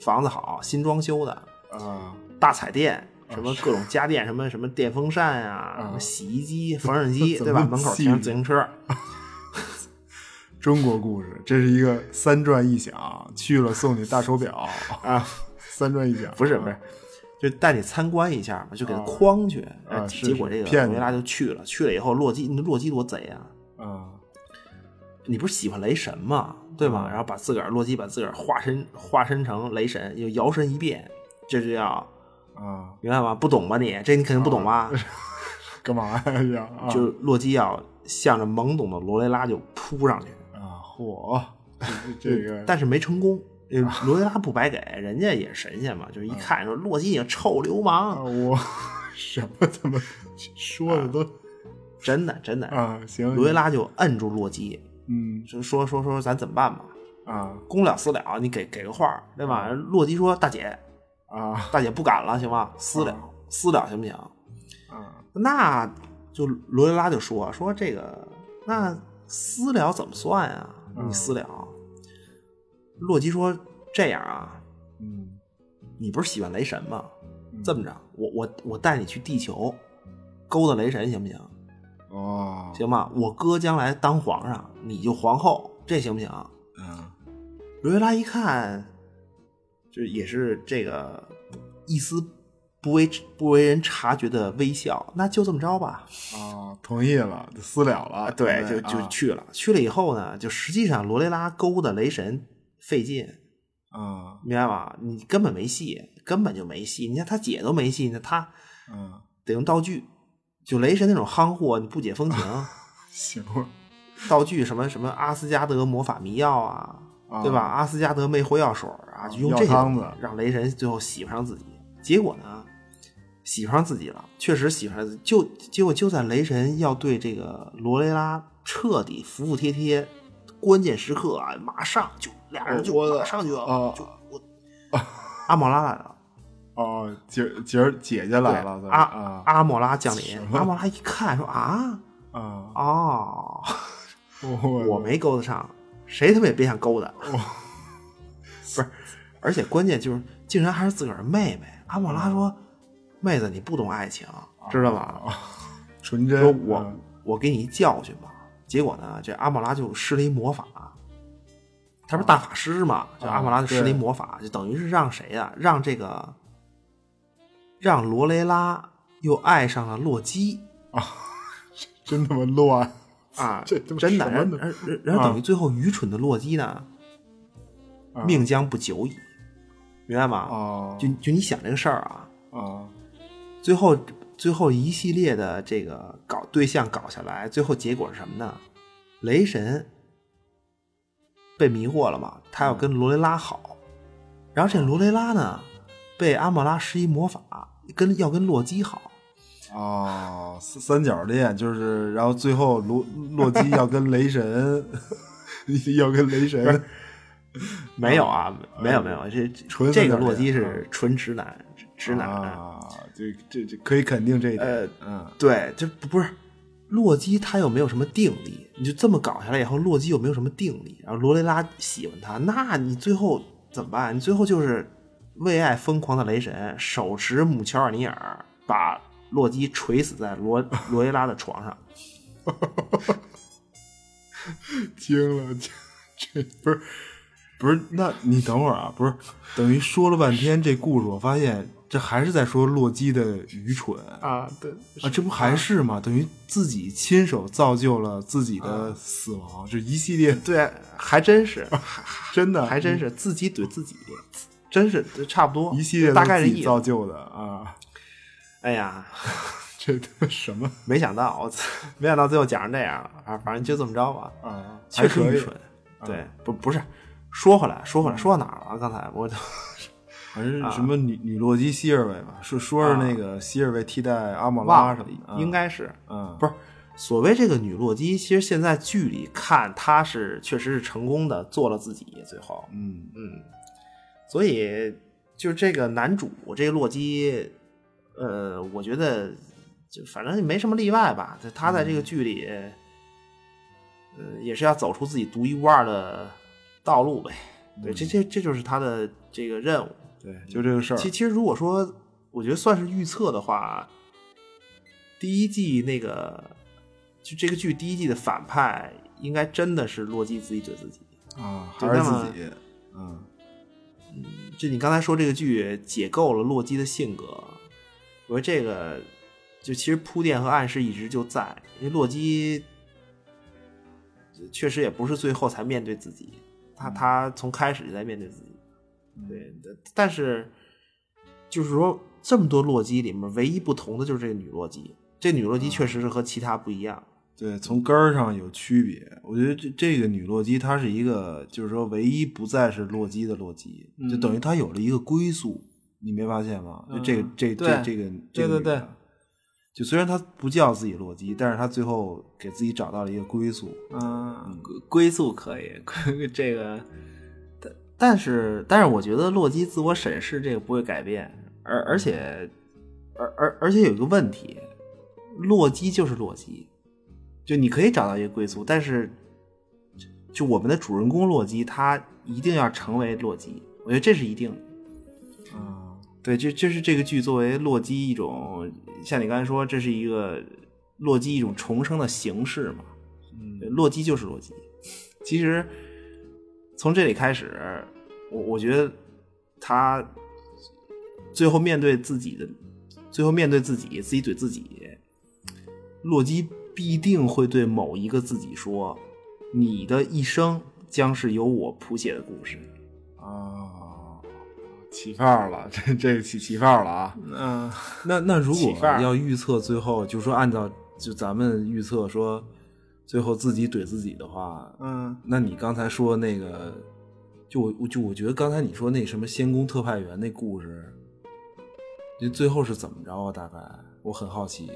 Speaker 4: 房子好，新装修的，
Speaker 2: 啊
Speaker 4: 大彩电，什
Speaker 2: 哦
Speaker 4: 么各种家电，什么什么电风扇呀、
Speaker 2: 啊
Speaker 4: 什么洗衣机、缝纫机，
Speaker 2: 怎
Speaker 4: 对
Speaker 2: 么
Speaker 4: 吧？门口
Speaker 2: 细
Speaker 4: 全是
Speaker 2: 致
Speaker 4: 自行车。
Speaker 2: 中国故事，这是一个三转一响，去了送你大手表啊，三转一响，
Speaker 4: 不是不是，就带你参观一下嘛，就给他
Speaker 2: 啊
Speaker 4: 诓去。
Speaker 2: 啊
Speaker 4: 哎
Speaker 2: 是
Speaker 4: 结果
Speaker 2: 是
Speaker 4: 这个
Speaker 2: 骗
Speaker 4: 罗雷
Speaker 2: 你
Speaker 4: 拉就去了，去了以后，洛基那洛基多贼啊！
Speaker 2: 啊，
Speaker 4: 你不是喜欢雷神嘛，对吧？
Speaker 2: 嗯
Speaker 4: 然后把自个儿洛基把自个儿化身化身成雷神，又摇身一变，这就叫
Speaker 2: 啊，
Speaker 4: 明白吗？不懂吧你？这你肯定不懂吧？
Speaker 2: 干嘛呀？啊
Speaker 4: 就是洛基要向着懵懂的罗雷拉就扑上去，
Speaker 2: 啊，嚯，这个啊
Speaker 4: 但是没成功。因为罗雷拉不白给，人家也是神仙嘛，
Speaker 2: 嗯
Speaker 4: 就是一看说洛基你个臭流
Speaker 2: 啊，
Speaker 4: 氓，
Speaker 2: 我什么怎么说的都
Speaker 4: 真的真的。
Speaker 2: 啊行，
Speaker 4: 罗雷拉就摁住洛基，
Speaker 2: 嗯
Speaker 4: 就说说说咱怎么办吧？
Speaker 2: 啊
Speaker 4: 公了私了，你给给个话儿，对
Speaker 2: 嗯
Speaker 4: 吧？洛基说大姐
Speaker 2: 啊
Speaker 4: 大姐不敢了，行吗？私了，私了行不行？
Speaker 2: 啊
Speaker 4: 那就罗雷拉就说说这个，那私了怎么算啊？
Speaker 2: 嗯
Speaker 4: 你私了？洛基说这样啊，
Speaker 2: 嗯，
Speaker 4: 你不是喜欢雷神吗？
Speaker 2: 嗯
Speaker 4: 这么着，我我我带你去地球，勾搭雷神行不行？
Speaker 2: 哦，
Speaker 4: 行吧，我哥将来当皇上，你就皇后，这行不行？
Speaker 2: 啊
Speaker 4: 罗维拉一看，就也是这个一丝不为不为人察觉的微笑，那就这么着吧。
Speaker 2: 啊，同意了，就私了了，
Speaker 4: 对，就
Speaker 2: 不
Speaker 4: 就
Speaker 2: 啊
Speaker 4: 去了。去了以后呢，就实际上罗雷拉勾搭雷神费劲，
Speaker 2: 啊
Speaker 4: 明白吧？你根本没戏，根本就没戏。你看他姐都没戏，那他
Speaker 2: 嗯，
Speaker 4: 得用道具，就雷神那种夯货，你不解风 情，
Speaker 2: 行
Speaker 4: 道具什么什么阿斯加德魔法迷药啊，
Speaker 2: 啊
Speaker 4: 对吧？阿斯加德魅惑药水儿啊，就用
Speaker 2: 药
Speaker 4: 这些
Speaker 2: 汤
Speaker 4: 东西
Speaker 2: 子
Speaker 4: 让雷神最后喜欢上自己。结果呢，喜欢上自己了，确实喜欢上自己。就结果就在雷神要对这个罗雷拉彻底服服帖帖，关键时刻啊，马上就俩人就
Speaker 2: 我的
Speaker 4: 马上就要、
Speaker 2: 啊
Speaker 4: 就我、阿莫拉来了，
Speaker 2: 哦，姐姐儿姐姐来了，
Speaker 4: 对
Speaker 2: 咱们
Speaker 4: 阿、
Speaker 2: 啊
Speaker 4: 阿莫拉降临
Speaker 2: 什，么
Speaker 4: 阿莫拉一看说啊
Speaker 2: 啊，
Speaker 4: 哦，我
Speaker 2: 我
Speaker 4: 没勾搭上，谁他妈也别想勾搭。
Speaker 2: 不是
Speaker 4: 而且关键就是，竟然还是自个儿妹妹。阿莫拉说：“妹子，你不懂爱情，知道
Speaker 2: 啊
Speaker 4: 吗？
Speaker 2: 纯真，
Speaker 4: 说我
Speaker 2: 嗯
Speaker 4: 我给你一教训吧。”结果呢，这阿莫拉就施了一魔法，
Speaker 2: 啊
Speaker 4: 他不是大法师嘛？这阿莫拉就施了一魔法，就等于是让谁呀、让这个让罗雷拉又爱上了洛基
Speaker 2: 真他妈乱
Speaker 4: 啊！
Speaker 2: 这他妈
Speaker 4: 真的，
Speaker 2: 什么
Speaker 4: 然
Speaker 2: 呢
Speaker 4: 然然然后等于最后愚蠢的洛基呢，
Speaker 2: 啊
Speaker 4: 命将不久矣，明白吗？
Speaker 2: 啊
Speaker 4: 就就你想这个事儿啊，
Speaker 2: 啊
Speaker 4: 最后最后一系列的这个搞对象搞下来，最后结果是什么呢？雷神被迷惑了嘛，
Speaker 2: 嗯
Speaker 4: 他要跟罗雷拉好，然后这罗雷拉呢被阿莫拉施一魔法，跟要跟洛基好，
Speaker 2: 哦，三三角恋就是，然后最后洛洛基要跟雷神， 要跟雷神，
Speaker 4: 没有啊，没有没有，这
Speaker 2: 哎纯
Speaker 4: 这
Speaker 2: 三
Speaker 4: 个
Speaker 2: 角恋
Speaker 4: 洛基是纯直男，直男。
Speaker 2: 啊，这这这可以肯定这一点，
Speaker 4: 呃
Speaker 2: 嗯
Speaker 4: 对，这不不是洛基，他又没有什么定力，你就这么搞下来以后，洛基又没有什么定力，然后罗雷拉喜欢他，那你最后怎么办？你最后就是为爱疯狂的雷神手持母乔尔尼尔，把洛基锤死在 罗罗耶拉的床上。
Speaker 2: 惊了，这这不是不是？那你等会儿啊，不是等于说了半天这故事，我发现这还是在说洛基的愚蠢啊，
Speaker 4: 啊，对
Speaker 2: 这不还是吗？等于自己亲手造就了自己的死亡，这一系列
Speaker 4: 嗯对，还真是，
Speaker 2: 真的
Speaker 4: 啊还真是自己怼自己，真是差不多，
Speaker 2: 一系列
Speaker 4: 大
Speaker 2: 都
Speaker 4: 概
Speaker 2: 是
Speaker 4: 是
Speaker 2: 自
Speaker 4: 意
Speaker 2: 己
Speaker 4: 思
Speaker 2: 造。就的啊，
Speaker 4: 哎呀，
Speaker 2: 这他妈什么
Speaker 4: 没想到，我操没想到最后讲成这样了啊！反正就这么着吧，
Speaker 2: 啊？
Speaker 4: 确
Speaker 2: 还
Speaker 4: 实
Speaker 2: 可
Speaker 4: 愚
Speaker 2: 以
Speaker 4: 蠢。对，不不是，说回来，说回来，说到哪儿了？刚才我
Speaker 2: 反正什么女、女洛基希尔维嘛，说说是
Speaker 4: 啊
Speaker 2: 那个希尔维替代阿莫拉
Speaker 4: 忘
Speaker 2: 什
Speaker 4: 了
Speaker 2: 么的，，
Speaker 4: 应该是
Speaker 2: 嗯，
Speaker 4: 不是所谓这个女洛基，其实现在剧里看她是确实是成功的做了自己，最后，
Speaker 2: 嗯
Speaker 4: 嗯，所以就这个男主这个洛基，呃，我觉得就反正没什么例外吧，就他在这个剧里，呃，也是要走出自己独一无二的道路呗。对，这这这就是他的这个任务。
Speaker 2: 对，就这个事儿，
Speaker 4: 其其实如果说，我觉得算是预测的话，第一季那个就这个剧第一季的反派，应该真的是洛基自己怼自己。
Speaker 2: 啊，
Speaker 4: 对
Speaker 2: 还是
Speaker 4: 那么
Speaker 2: 自己，嗯，
Speaker 4: 就你刚才说这个剧解构了洛基的性格，我觉得这个就其实铺垫和暗示一直就在，因为洛基确实也不是最后才面对自己，他他从开始就在面对自己，对，但但是就是说这么多洛基里面唯一不同的就是这个女洛基，这女洛基确实是和其他不一样，
Speaker 2: 对，从根儿上有区别。我觉得这这个女洛基，她是一个，就是说唯一不再是洛基的洛基，
Speaker 4: 嗯
Speaker 2: 就等于她有了一个归宿，你没发现吗？就这个
Speaker 4: 嗯
Speaker 2: 这
Speaker 4: 对
Speaker 2: 这这个这个
Speaker 4: 对对
Speaker 2: 女
Speaker 4: 对
Speaker 2: 的，就虽然她不叫自己洛基，但是她最后给自己找到了一个归宿，
Speaker 4: 嗯，归归宿可以， 归这个，但但是但是，我觉得洛基自我审视这个不会改变，而而且，而而而且有一个问题，洛基就是洛基，就你可以找到一个归宿，但是就就我们的主人公洛基，他一定要成为洛基，我觉得这是一定的。
Speaker 2: 嗯，
Speaker 4: 对，这这是这个剧作为洛基一种，像你刚才说，这是一个洛基一种重生的形式嘛。
Speaker 2: 嗯
Speaker 4: 对洛基就是洛基。其实从这里开始，我我觉得他最后面对自己的，最后面对自己，自己怼自己，洛基必定会对某一个自己说：“你的一生将是由我谱写的故事。”
Speaker 2: 啊，起泡了，这这起起泡了啊！
Speaker 4: 嗯，
Speaker 2: 那那如果
Speaker 4: 起范儿
Speaker 2: 要预测最后，就说按照就咱们预测说，最后自己怼自己的话，
Speaker 4: 嗯，
Speaker 2: 那你刚才说那个，就我我就我觉得刚才你说那什么仙宫特派员那故事，就最后是怎么着啊？大概我很好奇，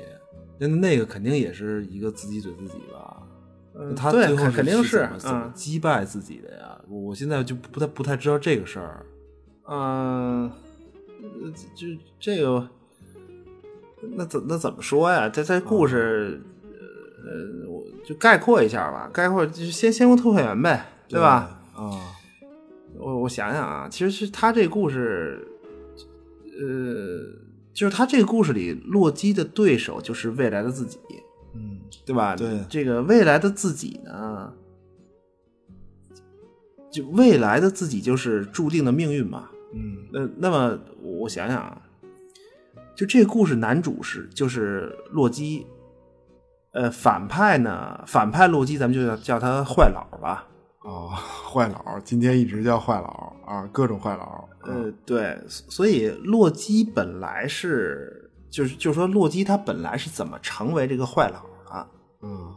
Speaker 2: 那那个肯定也是一个自己怼自己吧。
Speaker 4: 嗯
Speaker 2: 他
Speaker 4: 对
Speaker 2: 最后
Speaker 4: 肯肯定
Speaker 2: 是
Speaker 4: 是
Speaker 2: 怎么怎么
Speaker 4: 嗯
Speaker 2: 击败自己的呀？我我现在就不太不太知道这个事儿。
Speaker 4: 嗯，呃这这这个，那怎那怎么说呀？这这故事，呃，我就概括一下吧，概括就是先先攻特派员呗，对吧？？
Speaker 2: 啊，
Speaker 4: 我我想想啊，其实是他这故事，呃，就是他这个故事里，洛基的对手就是未来的自己，
Speaker 2: 嗯，
Speaker 4: 对吧？
Speaker 2: 对
Speaker 4: 这个未来的自己呢，就未来的自己就是注定的命运嘛。
Speaker 2: 嗯
Speaker 4: 那那么我我想想啊，就这个故事男主是就是洛基，呃，反派呢，反派洛基咱们就叫叫他坏老吧。
Speaker 2: 哦， 坏佬，今天一直叫坏佬啊，各种坏嗯佬。
Speaker 4: 呃，对，所所以洛基本来是就是就是说洛基他本来是怎么成为这个坏老啊？
Speaker 2: 嗯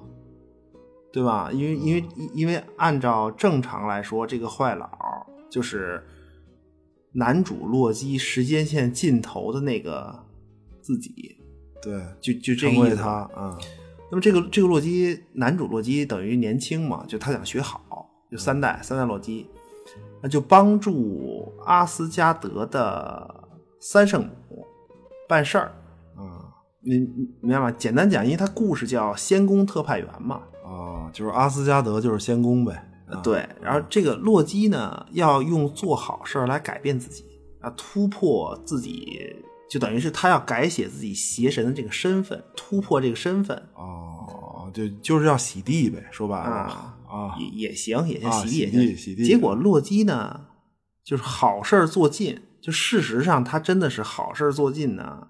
Speaker 4: 对吧？因为因为因为按照正常来说，这个坏老就是男主洛基时间线尽头的那个自己，
Speaker 2: 对，
Speaker 4: 就就这
Speaker 2: 成
Speaker 4: 个意
Speaker 2: 为
Speaker 4: 思。啊
Speaker 2: 他，嗯
Speaker 4: 那么这个这个洛基男主洛基等于年轻嘛，就他想学好，就三代三代洛基，那就帮助阿斯加德的三圣母办事儿。
Speaker 2: 嗯，
Speaker 4: 你你明白吗？简单讲，因为他故事叫《仙宫特派员》嘛，
Speaker 2: 哦，就是阿斯加德就是
Speaker 4: 呃
Speaker 2: 仙宫呗。啊
Speaker 4: 对，然后这个洛基呢，要用做好事儿来改变自己。啊，突破自己，就等于是他要改写自己邪神的这个身份，突破这个身份
Speaker 2: 哦，就就是要洗地呗，说白了
Speaker 4: 啊
Speaker 2: 啊
Speaker 4: 也也行，也行，
Speaker 2: 啊
Speaker 4: 洗
Speaker 2: 洗
Speaker 4: 地
Speaker 2: 地
Speaker 4: 也
Speaker 2: 洗
Speaker 4: 行。
Speaker 2: 地啊
Speaker 4: 结果洛基呢，就是好事儿做尽，就事实上他真的是好事儿做尽呢，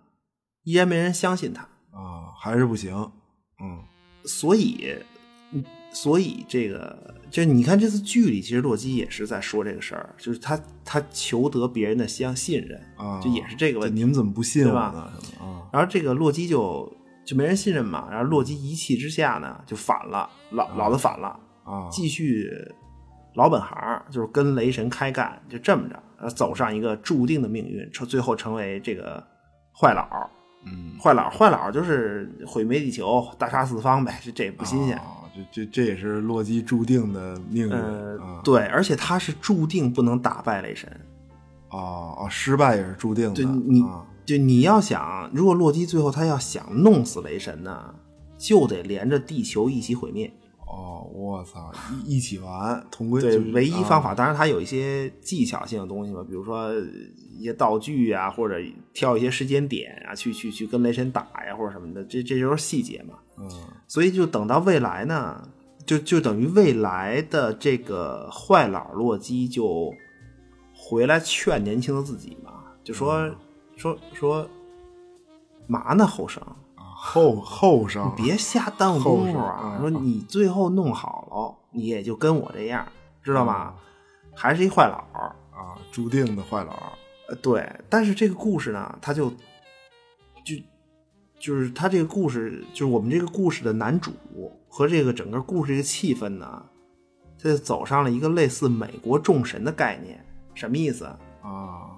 Speaker 4: 依然没人相信他，
Speaker 2: 啊，还是不行，嗯
Speaker 4: 所以，嗯所以这个就你看这次剧里，其实洛基也是在说这个事儿，就是他他求得别人的相信任，
Speaker 2: 啊，
Speaker 4: 就也是这个问
Speaker 2: 就
Speaker 4: 题。
Speaker 2: 你们怎么不信我
Speaker 4: 对吧
Speaker 2: 呢？什么
Speaker 4: 然后这个洛基就就没人信任嘛，然后洛基一气之下呢，就反了，老老子反了，
Speaker 2: 啊啊，
Speaker 4: 继续老本行儿，就是跟雷神开干，就这么着，呃，走上一个注定的命运，成最后成为这个坏佬儿，
Speaker 2: 嗯，
Speaker 4: 坏佬儿，坏佬儿就是毁灭地球、大杀四方呗，这这也不新鲜。
Speaker 2: 啊这这这也是洛基注定的命运
Speaker 4: 呃
Speaker 2: 啊，
Speaker 4: 对，而且他是注定不能打败雷神。
Speaker 2: 哦哦，失败也是注定的
Speaker 4: 对你
Speaker 2: 啊，
Speaker 4: 就你要想，如果洛基最后他要想弄死雷神呢，就得连着地球一起毁灭。
Speaker 2: 哦，我操，一一起玩，同归
Speaker 4: 对，
Speaker 2: 就是
Speaker 4: 唯一方
Speaker 2: 啊
Speaker 4: 法，当然它有一些技巧性的东西嘛，比如说呃一些道具啊，或者挑一些时间点啊，去去去跟雷神打呀，或者什么的，这这就是细节嘛。
Speaker 2: 嗯
Speaker 4: 所以就等到未来呢，就就等于未来的这个坏老洛基就回来劝年轻的自己嘛，就说、
Speaker 2: 嗯
Speaker 4: 说说嘛呢后生，
Speaker 2: 啊后后生
Speaker 4: 别瞎耽误功夫啊！
Speaker 2: 后生嗯
Speaker 4: 说你最后弄好了，你也就跟我这样，知道吗？
Speaker 2: 嗯
Speaker 4: 还是一坏佬。
Speaker 2: 啊，注定的坏佬
Speaker 4: 呃，对，但是这个故事呢，他就就就是他这个故事，就是我们这个故事的男主和这个整个故事这个气氛呢，他就走上了一个类似美国众神的概念。什么意思啊？
Speaker 2: 啊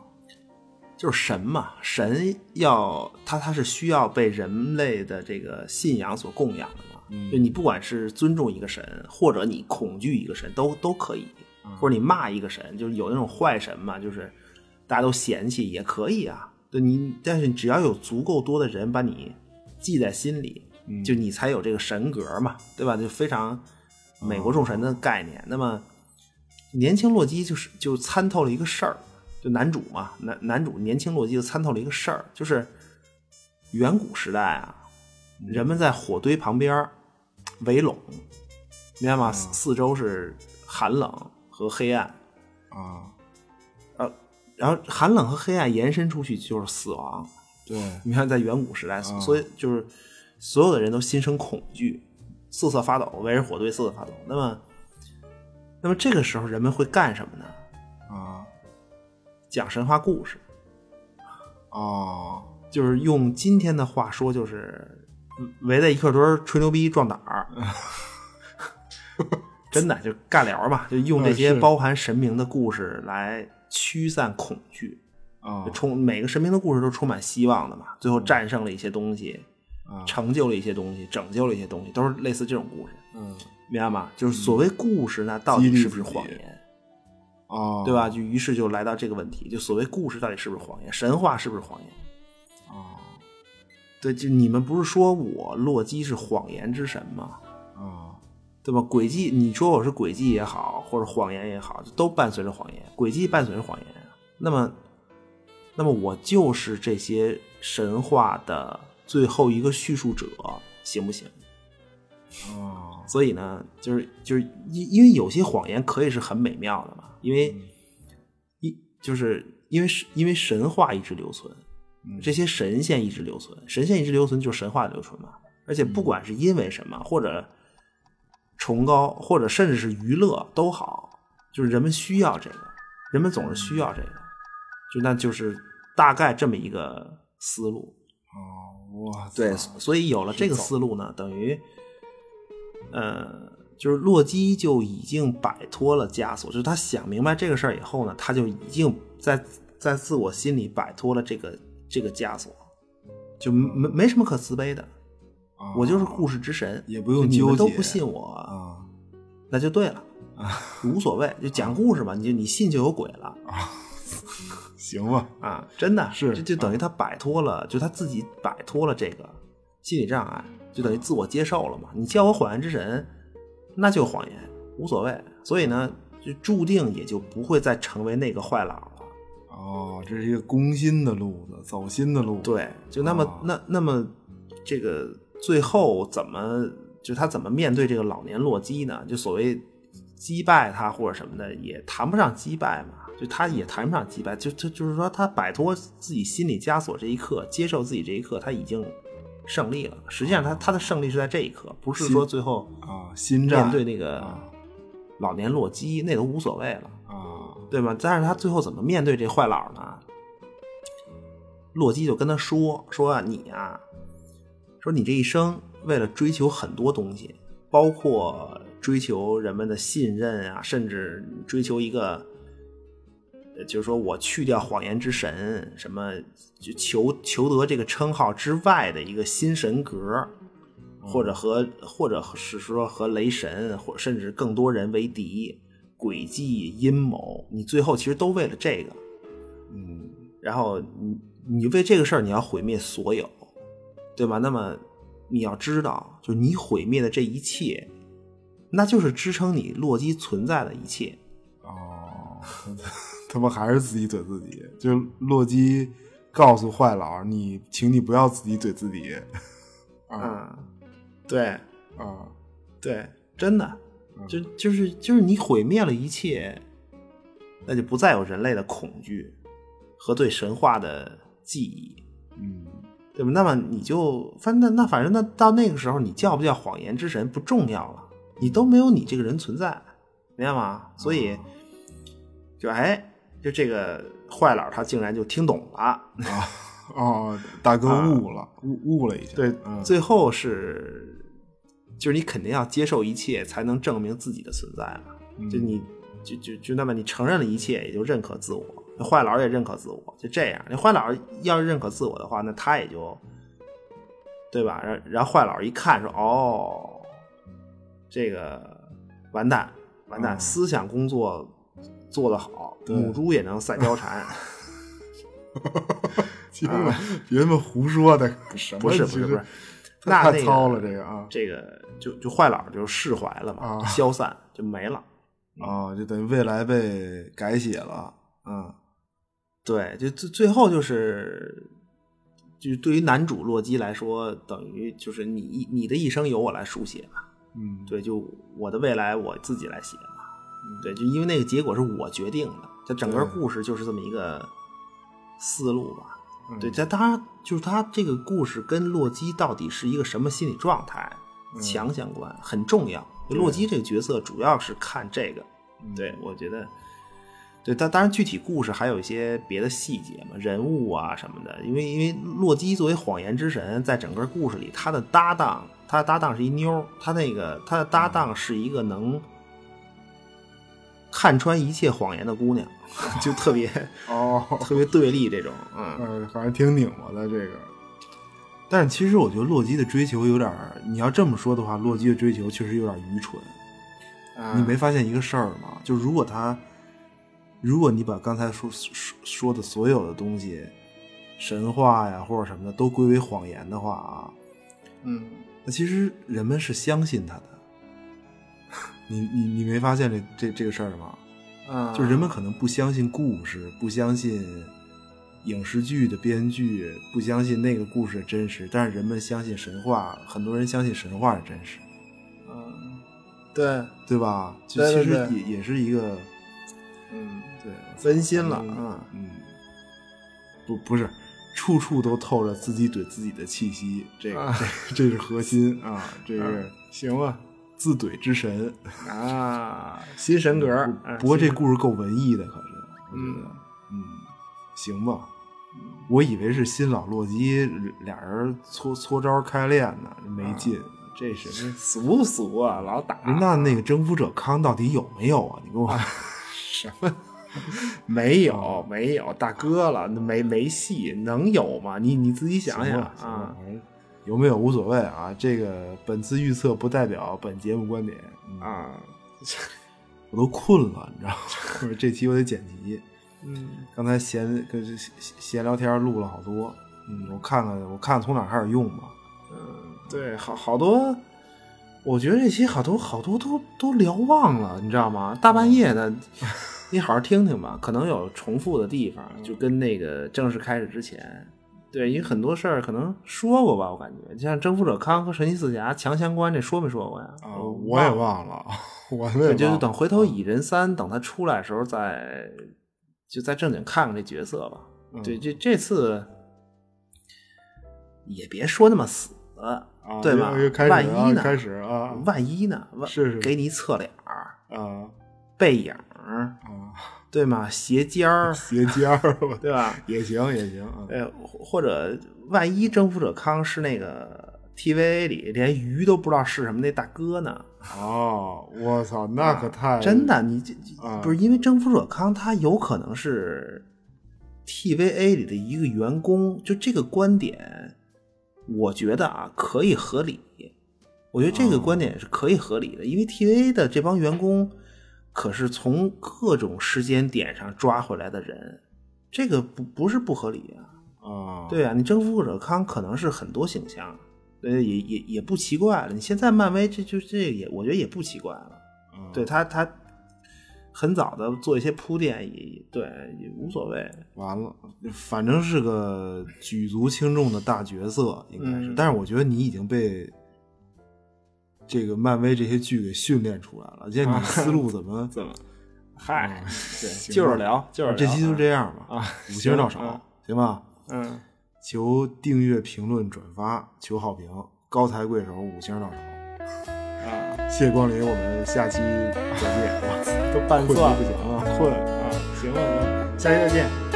Speaker 4: 就是神嘛，神要他他是需要被人类的这个信仰所供养的嘛。
Speaker 2: 嗯
Speaker 4: 就你不管是尊重一个神，或者你恐惧一个神，都都可以，或者你骂一个神，就是有那种坏神嘛，就是大家都嫌弃也可以啊。对你，但是只要有足够多的人把你记在心里，
Speaker 2: 嗯
Speaker 4: 就你才有这个神格嘛，对吧？就非常美国众神的概念。那么年轻洛基就是就参透了一个事儿，就男主嘛，男男主年轻洛基就参透了一个事儿，就是远古时代啊，人们在火堆旁边儿围拢，明白吗？四四周是寒冷和黑暗，
Speaker 2: 啊，
Speaker 4: 然后寒冷和黑暗延伸出去就是死亡。
Speaker 2: 对，
Speaker 4: 你看，在远古时代，
Speaker 2: 啊
Speaker 4: 所所以就是所有的人都心生恐惧，瑟瑟发抖，围着火堆瑟瑟发抖。那么，那么这个时候人们会干什么呢？
Speaker 2: 啊
Speaker 4: 讲神话故事，
Speaker 2: 哦
Speaker 4: 就是用今天的话说，就是围在一块堆儿吹牛逼壮胆儿。 真的就尬聊嘛，就用这些
Speaker 2: 嗯是
Speaker 4: 包含神明的故事来驱散恐惧。
Speaker 2: 啊
Speaker 4: 充每个神明的故事都充满希望的嘛，最后战胜了一些东西，
Speaker 2: 啊
Speaker 4: 成就了一些东西，拯救了一些东西，都是类似这种故事，
Speaker 2: 嗯
Speaker 4: 明白吗？就是所谓故事呢，到底是不是谎
Speaker 2: 激励
Speaker 4: 言，
Speaker 2: 哦
Speaker 4: 对吧？就于是就来到这个问题，就所谓故事到底是不是谎言，神话是不是谎言？
Speaker 2: 啊
Speaker 4: 对，就你们不是说我洛基是谎言之神吗？
Speaker 2: 啊
Speaker 4: 对吧？诡计，你说我是诡计也好，或者谎言也好，都伴随着谎言，诡计伴随着谎言。啊那么，那么我就是这些神话的最后一个叙述者，行不行？
Speaker 2: 啊
Speaker 4: 所以呢，就是就是因因为有些谎言可以是很美妙的嘛，因为一就是因为是因为神话一直留存，
Speaker 2: 嗯
Speaker 4: 这些神仙一直留存，神仙一直留存就是神话留存嘛。而且不管是因为什么，或者崇高，或者甚至是娱乐都好，就是人们需要这个，人们总是需要这个，就那就是大概这么一个思路。
Speaker 2: 啊，哇塞
Speaker 4: 对，所以有了这个思路呢，等于，呃，就是洛基就已经摆脱了枷锁，就是他想明白这个事儿以后呢，他就已经在在自我心里摆脱了这个这个枷锁，就没没什么可自卑的，
Speaker 2: 啊
Speaker 4: 我就是故事之神，
Speaker 2: 也不用
Speaker 4: 就你们
Speaker 2: 纠
Speaker 4: 都
Speaker 2: 结
Speaker 4: 不信我，
Speaker 2: 啊
Speaker 4: 那就对了，无所谓，就讲故事嘛，你就你信就有鬼了。
Speaker 2: 行吧
Speaker 4: 啊，真的
Speaker 2: 是
Speaker 4: 就就等于他摆脱了，就他自己摆脱了这个心理障碍，就等于自我接受了嘛。你叫我谎言之神，那就谎言，无所谓。所以呢，就注定也就不会再成为那个坏佬了。
Speaker 2: 哦，这是一个攻心的路子，走心的路子。
Speaker 4: 对，就那么、
Speaker 2: 哦
Speaker 4: 那那么这个最后怎么就他怎么面对这个老年洛基呢？就所谓击败他或者什么的，也谈不上击败嘛，就他也谈不上击败，就就就是说他摆脱自己心理枷锁这一刻，接受自己这一刻，他已经胜利了。实际上他他的胜利是在这一刻，不是
Speaker 2: 心
Speaker 4: 说最后
Speaker 2: 啊，心战
Speaker 4: 面对那个
Speaker 2: 啊
Speaker 4: 老年洛基那都无所谓了。
Speaker 2: 啊，
Speaker 4: 对吧？但是他最后怎么面对这坏佬呢？洛基就跟他说：“说啊你啊，说你这一生为了追求很多东西，包括追求人们的信任啊，甚至追求一个，呃就是说我去掉谎言之神，什么就求求得这个称号之外的一个新神格，或者和或者是说和雷神，或甚至更多人为敌，诡计阴谋，你最后其实都为了这个，
Speaker 2: 嗯
Speaker 4: 然后你你为这个事儿你要毁灭所有，对吧？那么你要知道，就是你毁灭的这一切，那就是支撑你洛基存在的一切。
Speaker 2: 哦， 他妈还是自己怼自己，就是洛基告诉坏佬，你请你不要自己怼自己。啊
Speaker 4: 嗯，对
Speaker 2: 啊
Speaker 4: 对，真的，就就是就是你毁灭了一切，那就不再有人类的恐惧和对神话的记忆。
Speaker 2: 嗯
Speaker 4: 对吧？那么你就反正那那反正那到那个时候，你叫不叫谎言之神不重要了，你都没有你这个人存在，明白吗？所以就哎，就这个坏佬他竟然就听懂了，
Speaker 2: 啊哦，大哥
Speaker 4: 嗯啊
Speaker 2: 悟了，悟悟了一下。
Speaker 4: 对
Speaker 2: 嗯
Speaker 4: 最后是就是你肯定要接受一切，才能证明自己的存在嘛。就
Speaker 2: 嗯
Speaker 4: 你就就就那么你承认了一切，也就认可自我。那坏佬也认可自我，就这样。那坏佬要是认可自我的话，那他也就对吧？然然后坏佬一看说：“哦，这个完蛋，完蛋，
Speaker 2: 嗯
Speaker 4: 思想工作做得好，
Speaker 2: 对
Speaker 4: 母猪也能赛 貂蝉。”
Speaker 2: 听了，别他妈胡说的，什么
Speaker 4: 啊不是不是
Speaker 2: 其实
Speaker 4: 不是，那
Speaker 2: 太太
Speaker 4: 那个
Speaker 2: 糙了这个啊
Speaker 4: 这个就就坏佬就释怀了嘛，
Speaker 2: 啊
Speaker 4: 消散就没了。
Speaker 2: 啊，就等于未来被改写了。嗯
Speaker 4: 对，就最最后就是，就对于男主洛基来说，等于就是你一你的一生由我来书写嘛。
Speaker 2: 嗯，
Speaker 4: 对，就我的未来我自己来写嘛。对，就因为那个结果是我决定的，就整个
Speaker 2: 对
Speaker 4: 故事就是这么一个思路吧。
Speaker 2: 嗯
Speaker 4: 对，但他就是他这个故事跟洛基到底是一个什么心理状态
Speaker 2: 嗯
Speaker 4: 强相关，很重要。就洛基这个角色主要是看这个，
Speaker 2: 嗯
Speaker 4: 对我觉得，对，但当然具体故事还有一些别的细节嘛，人物啊什么的。因为因为洛基作为谎言之神，在整个故事里，他的搭档，他的搭档是一妞儿，他那个他的搭档是一个能看穿一切谎言的姑娘， 就特别
Speaker 2: 哦，
Speaker 4: 特别对立这种，嗯。
Speaker 2: 嗯，反正挺拧巴的这个。但是其实我觉得洛基的追求有点儿，你要这么说的话，洛基的追求确实有点儿愚蠢。你没发现一个事儿吗？就如果他，如果你把刚才说说说的所有的东西，神话呀或者什么的都归为谎言的话啊，
Speaker 4: 嗯，
Speaker 2: 那其实人们是相信他的。 你你你没发现这这这个事儿吗？
Speaker 4: 啊
Speaker 2: 就人们可能不相信故事，不相信影视剧的编剧，不相信那个故事的真实，但是人们相信神话，很多人相信神话是真实，
Speaker 4: 嗯，对，
Speaker 2: 对吧？就
Speaker 4: 对对
Speaker 2: 其实
Speaker 4: 对
Speaker 2: 也也是一个
Speaker 4: 嗯，
Speaker 2: 对
Speaker 4: 分心了，
Speaker 2: 嗯
Speaker 4: 嗯，
Speaker 2: 嗯，不不是，处处都透着自己怼自己的气息，这个、
Speaker 4: 啊
Speaker 2: 这这是核心啊，这是
Speaker 4: 行吧，
Speaker 2: 自怼之神。
Speaker 4: 嗯啊，新神格儿，
Speaker 2: 不
Speaker 4: 啊
Speaker 2: 不过这
Speaker 4: 新
Speaker 2: 故事够文艺的，可是我觉得，嗯，行吧。我以为是新老洛基俩人搓搓招开练呢，
Speaker 4: 啊
Speaker 2: 没劲。这什么？
Speaker 4: 俗不俗啊，老打
Speaker 2: 那那个征服者康到底有没有啊？你跟我，
Speaker 4: 什么？
Speaker 2: 嗯
Speaker 4: 没有，没有，大哥了，没没戏，能有吗？你你自己想
Speaker 2: 行
Speaker 4: 想
Speaker 2: 吧行吧
Speaker 4: 啊，
Speaker 2: 反正有没有无所谓啊。这个本次预测不代表本节目观点嗯
Speaker 4: 啊，
Speaker 2: 我都困了，你知道吗？ 这期我得剪辑。
Speaker 4: 嗯
Speaker 2: 刚才闲跟这闲闲聊天录了好多，嗯，我看看我看看从哪儿开始用吧。
Speaker 4: 嗯，对，好好多，
Speaker 2: 嗯
Speaker 4: 我觉得这些好多好多都都聊忘了，你知道吗？大半夜的， 你好好听听吧，可能有重复的地方，
Speaker 2: 嗯
Speaker 4: 就跟那个正式开始之前，对，因为很多事儿可能说过吧，我感觉，就像《征服者康》和《神奇四侠》强相关，这说没说过呀？
Speaker 2: 啊，我也忘了， 我也忘
Speaker 4: 对，
Speaker 2: 了
Speaker 4: 就是等回头蚁人三等它出来的时候再，就再正经看看这角色吧。对，
Speaker 2: 嗯
Speaker 4: 这这次也别说那么死，
Speaker 2: 啊，
Speaker 4: 对吧
Speaker 2: 又又开始
Speaker 4: 万一
Speaker 2: 啊，
Speaker 4: 呢
Speaker 2: 开始啊
Speaker 4: 万一呢？万
Speaker 2: 是是
Speaker 4: 给你一侧脸儿、
Speaker 2: 啊
Speaker 4: 背影儿，
Speaker 2: 啊，
Speaker 4: 对吗？斜 尖儿，
Speaker 2: 斜尖儿，我
Speaker 4: 对吧？
Speaker 2: 也行也行啊，
Speaker 4: 呃，或或者万一征服者康是那个 TVA 里连鱼都不知道是什么那大哥呢？
Speaker 2: 哦，我操，那可太
Speaker 4: 真的，你这这
Speaker 2: 啊
Speaker 4: 不是因为征服者康他有可能是 TVA 里的一个员工，就这个观点，我觉得啊可以合理，我觉得这个观点是可以合理的，因为 TVA 的这帮员工可是从各种时间点上抓回来的人，这个不不是不合理啊。
Speaker 2: 啊，
Speaker 4: 对啊，你征服者康可能是很多形象，呃，也也也不奇怪了。你现在漫威这就这也，我觉得也不奇怪了。
Speaker 2: 嗯
Speaker 4: 对他他很早的做一些铺垫也，也对也无所谓。
Speaker 2: 完了，反正是个举足轻重的大角色，应该是。
Speaker 4: 嗯
Speaker 2: 但是我觉得你已经被这个漫威这些剧给训练出来 了，现在你思路怎么？
Speaker 4: 怎么？嗨，对，
Speaker 2: 嗯行
Speaker 4: 就是
Speaker 2: 吧
Speaker 4: 聊，就是聊
Speaker 2: 这期就这样吧，
Speaker 4: 啊，
Speaker 2: 五星到手，
Speaker 4: 行啊
Speaker 2: 行吧？
Speaker 4: 嗯，
Speaker 2: 求订阅、评论、转发，求好评，高抬贵手，五星到手。
Speaker 4: 啊，
Speaker 2: 谢谢光临，我们下期再见。哇塞
Speaker 4: 都拌
Speaker 2: 混
Speaker 4: 蒜
Speaker 2: 不行啊，混。
Speaker 4: 啊，行吧，行，下期再见。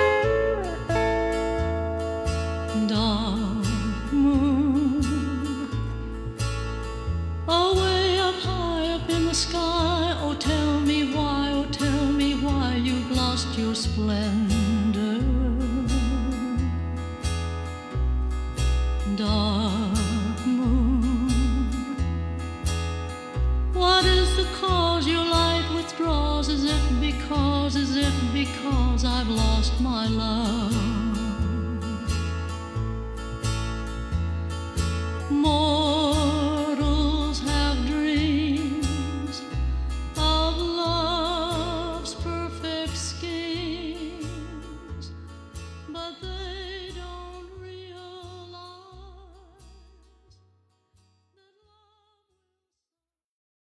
Speaker 5: Dark moon, away up high up in the sky. Oh, tell me why, oh, tell me why you've lost your splendor. Dark moon, what is the cause your light withdraws? Is it because, is it because I've lost my love?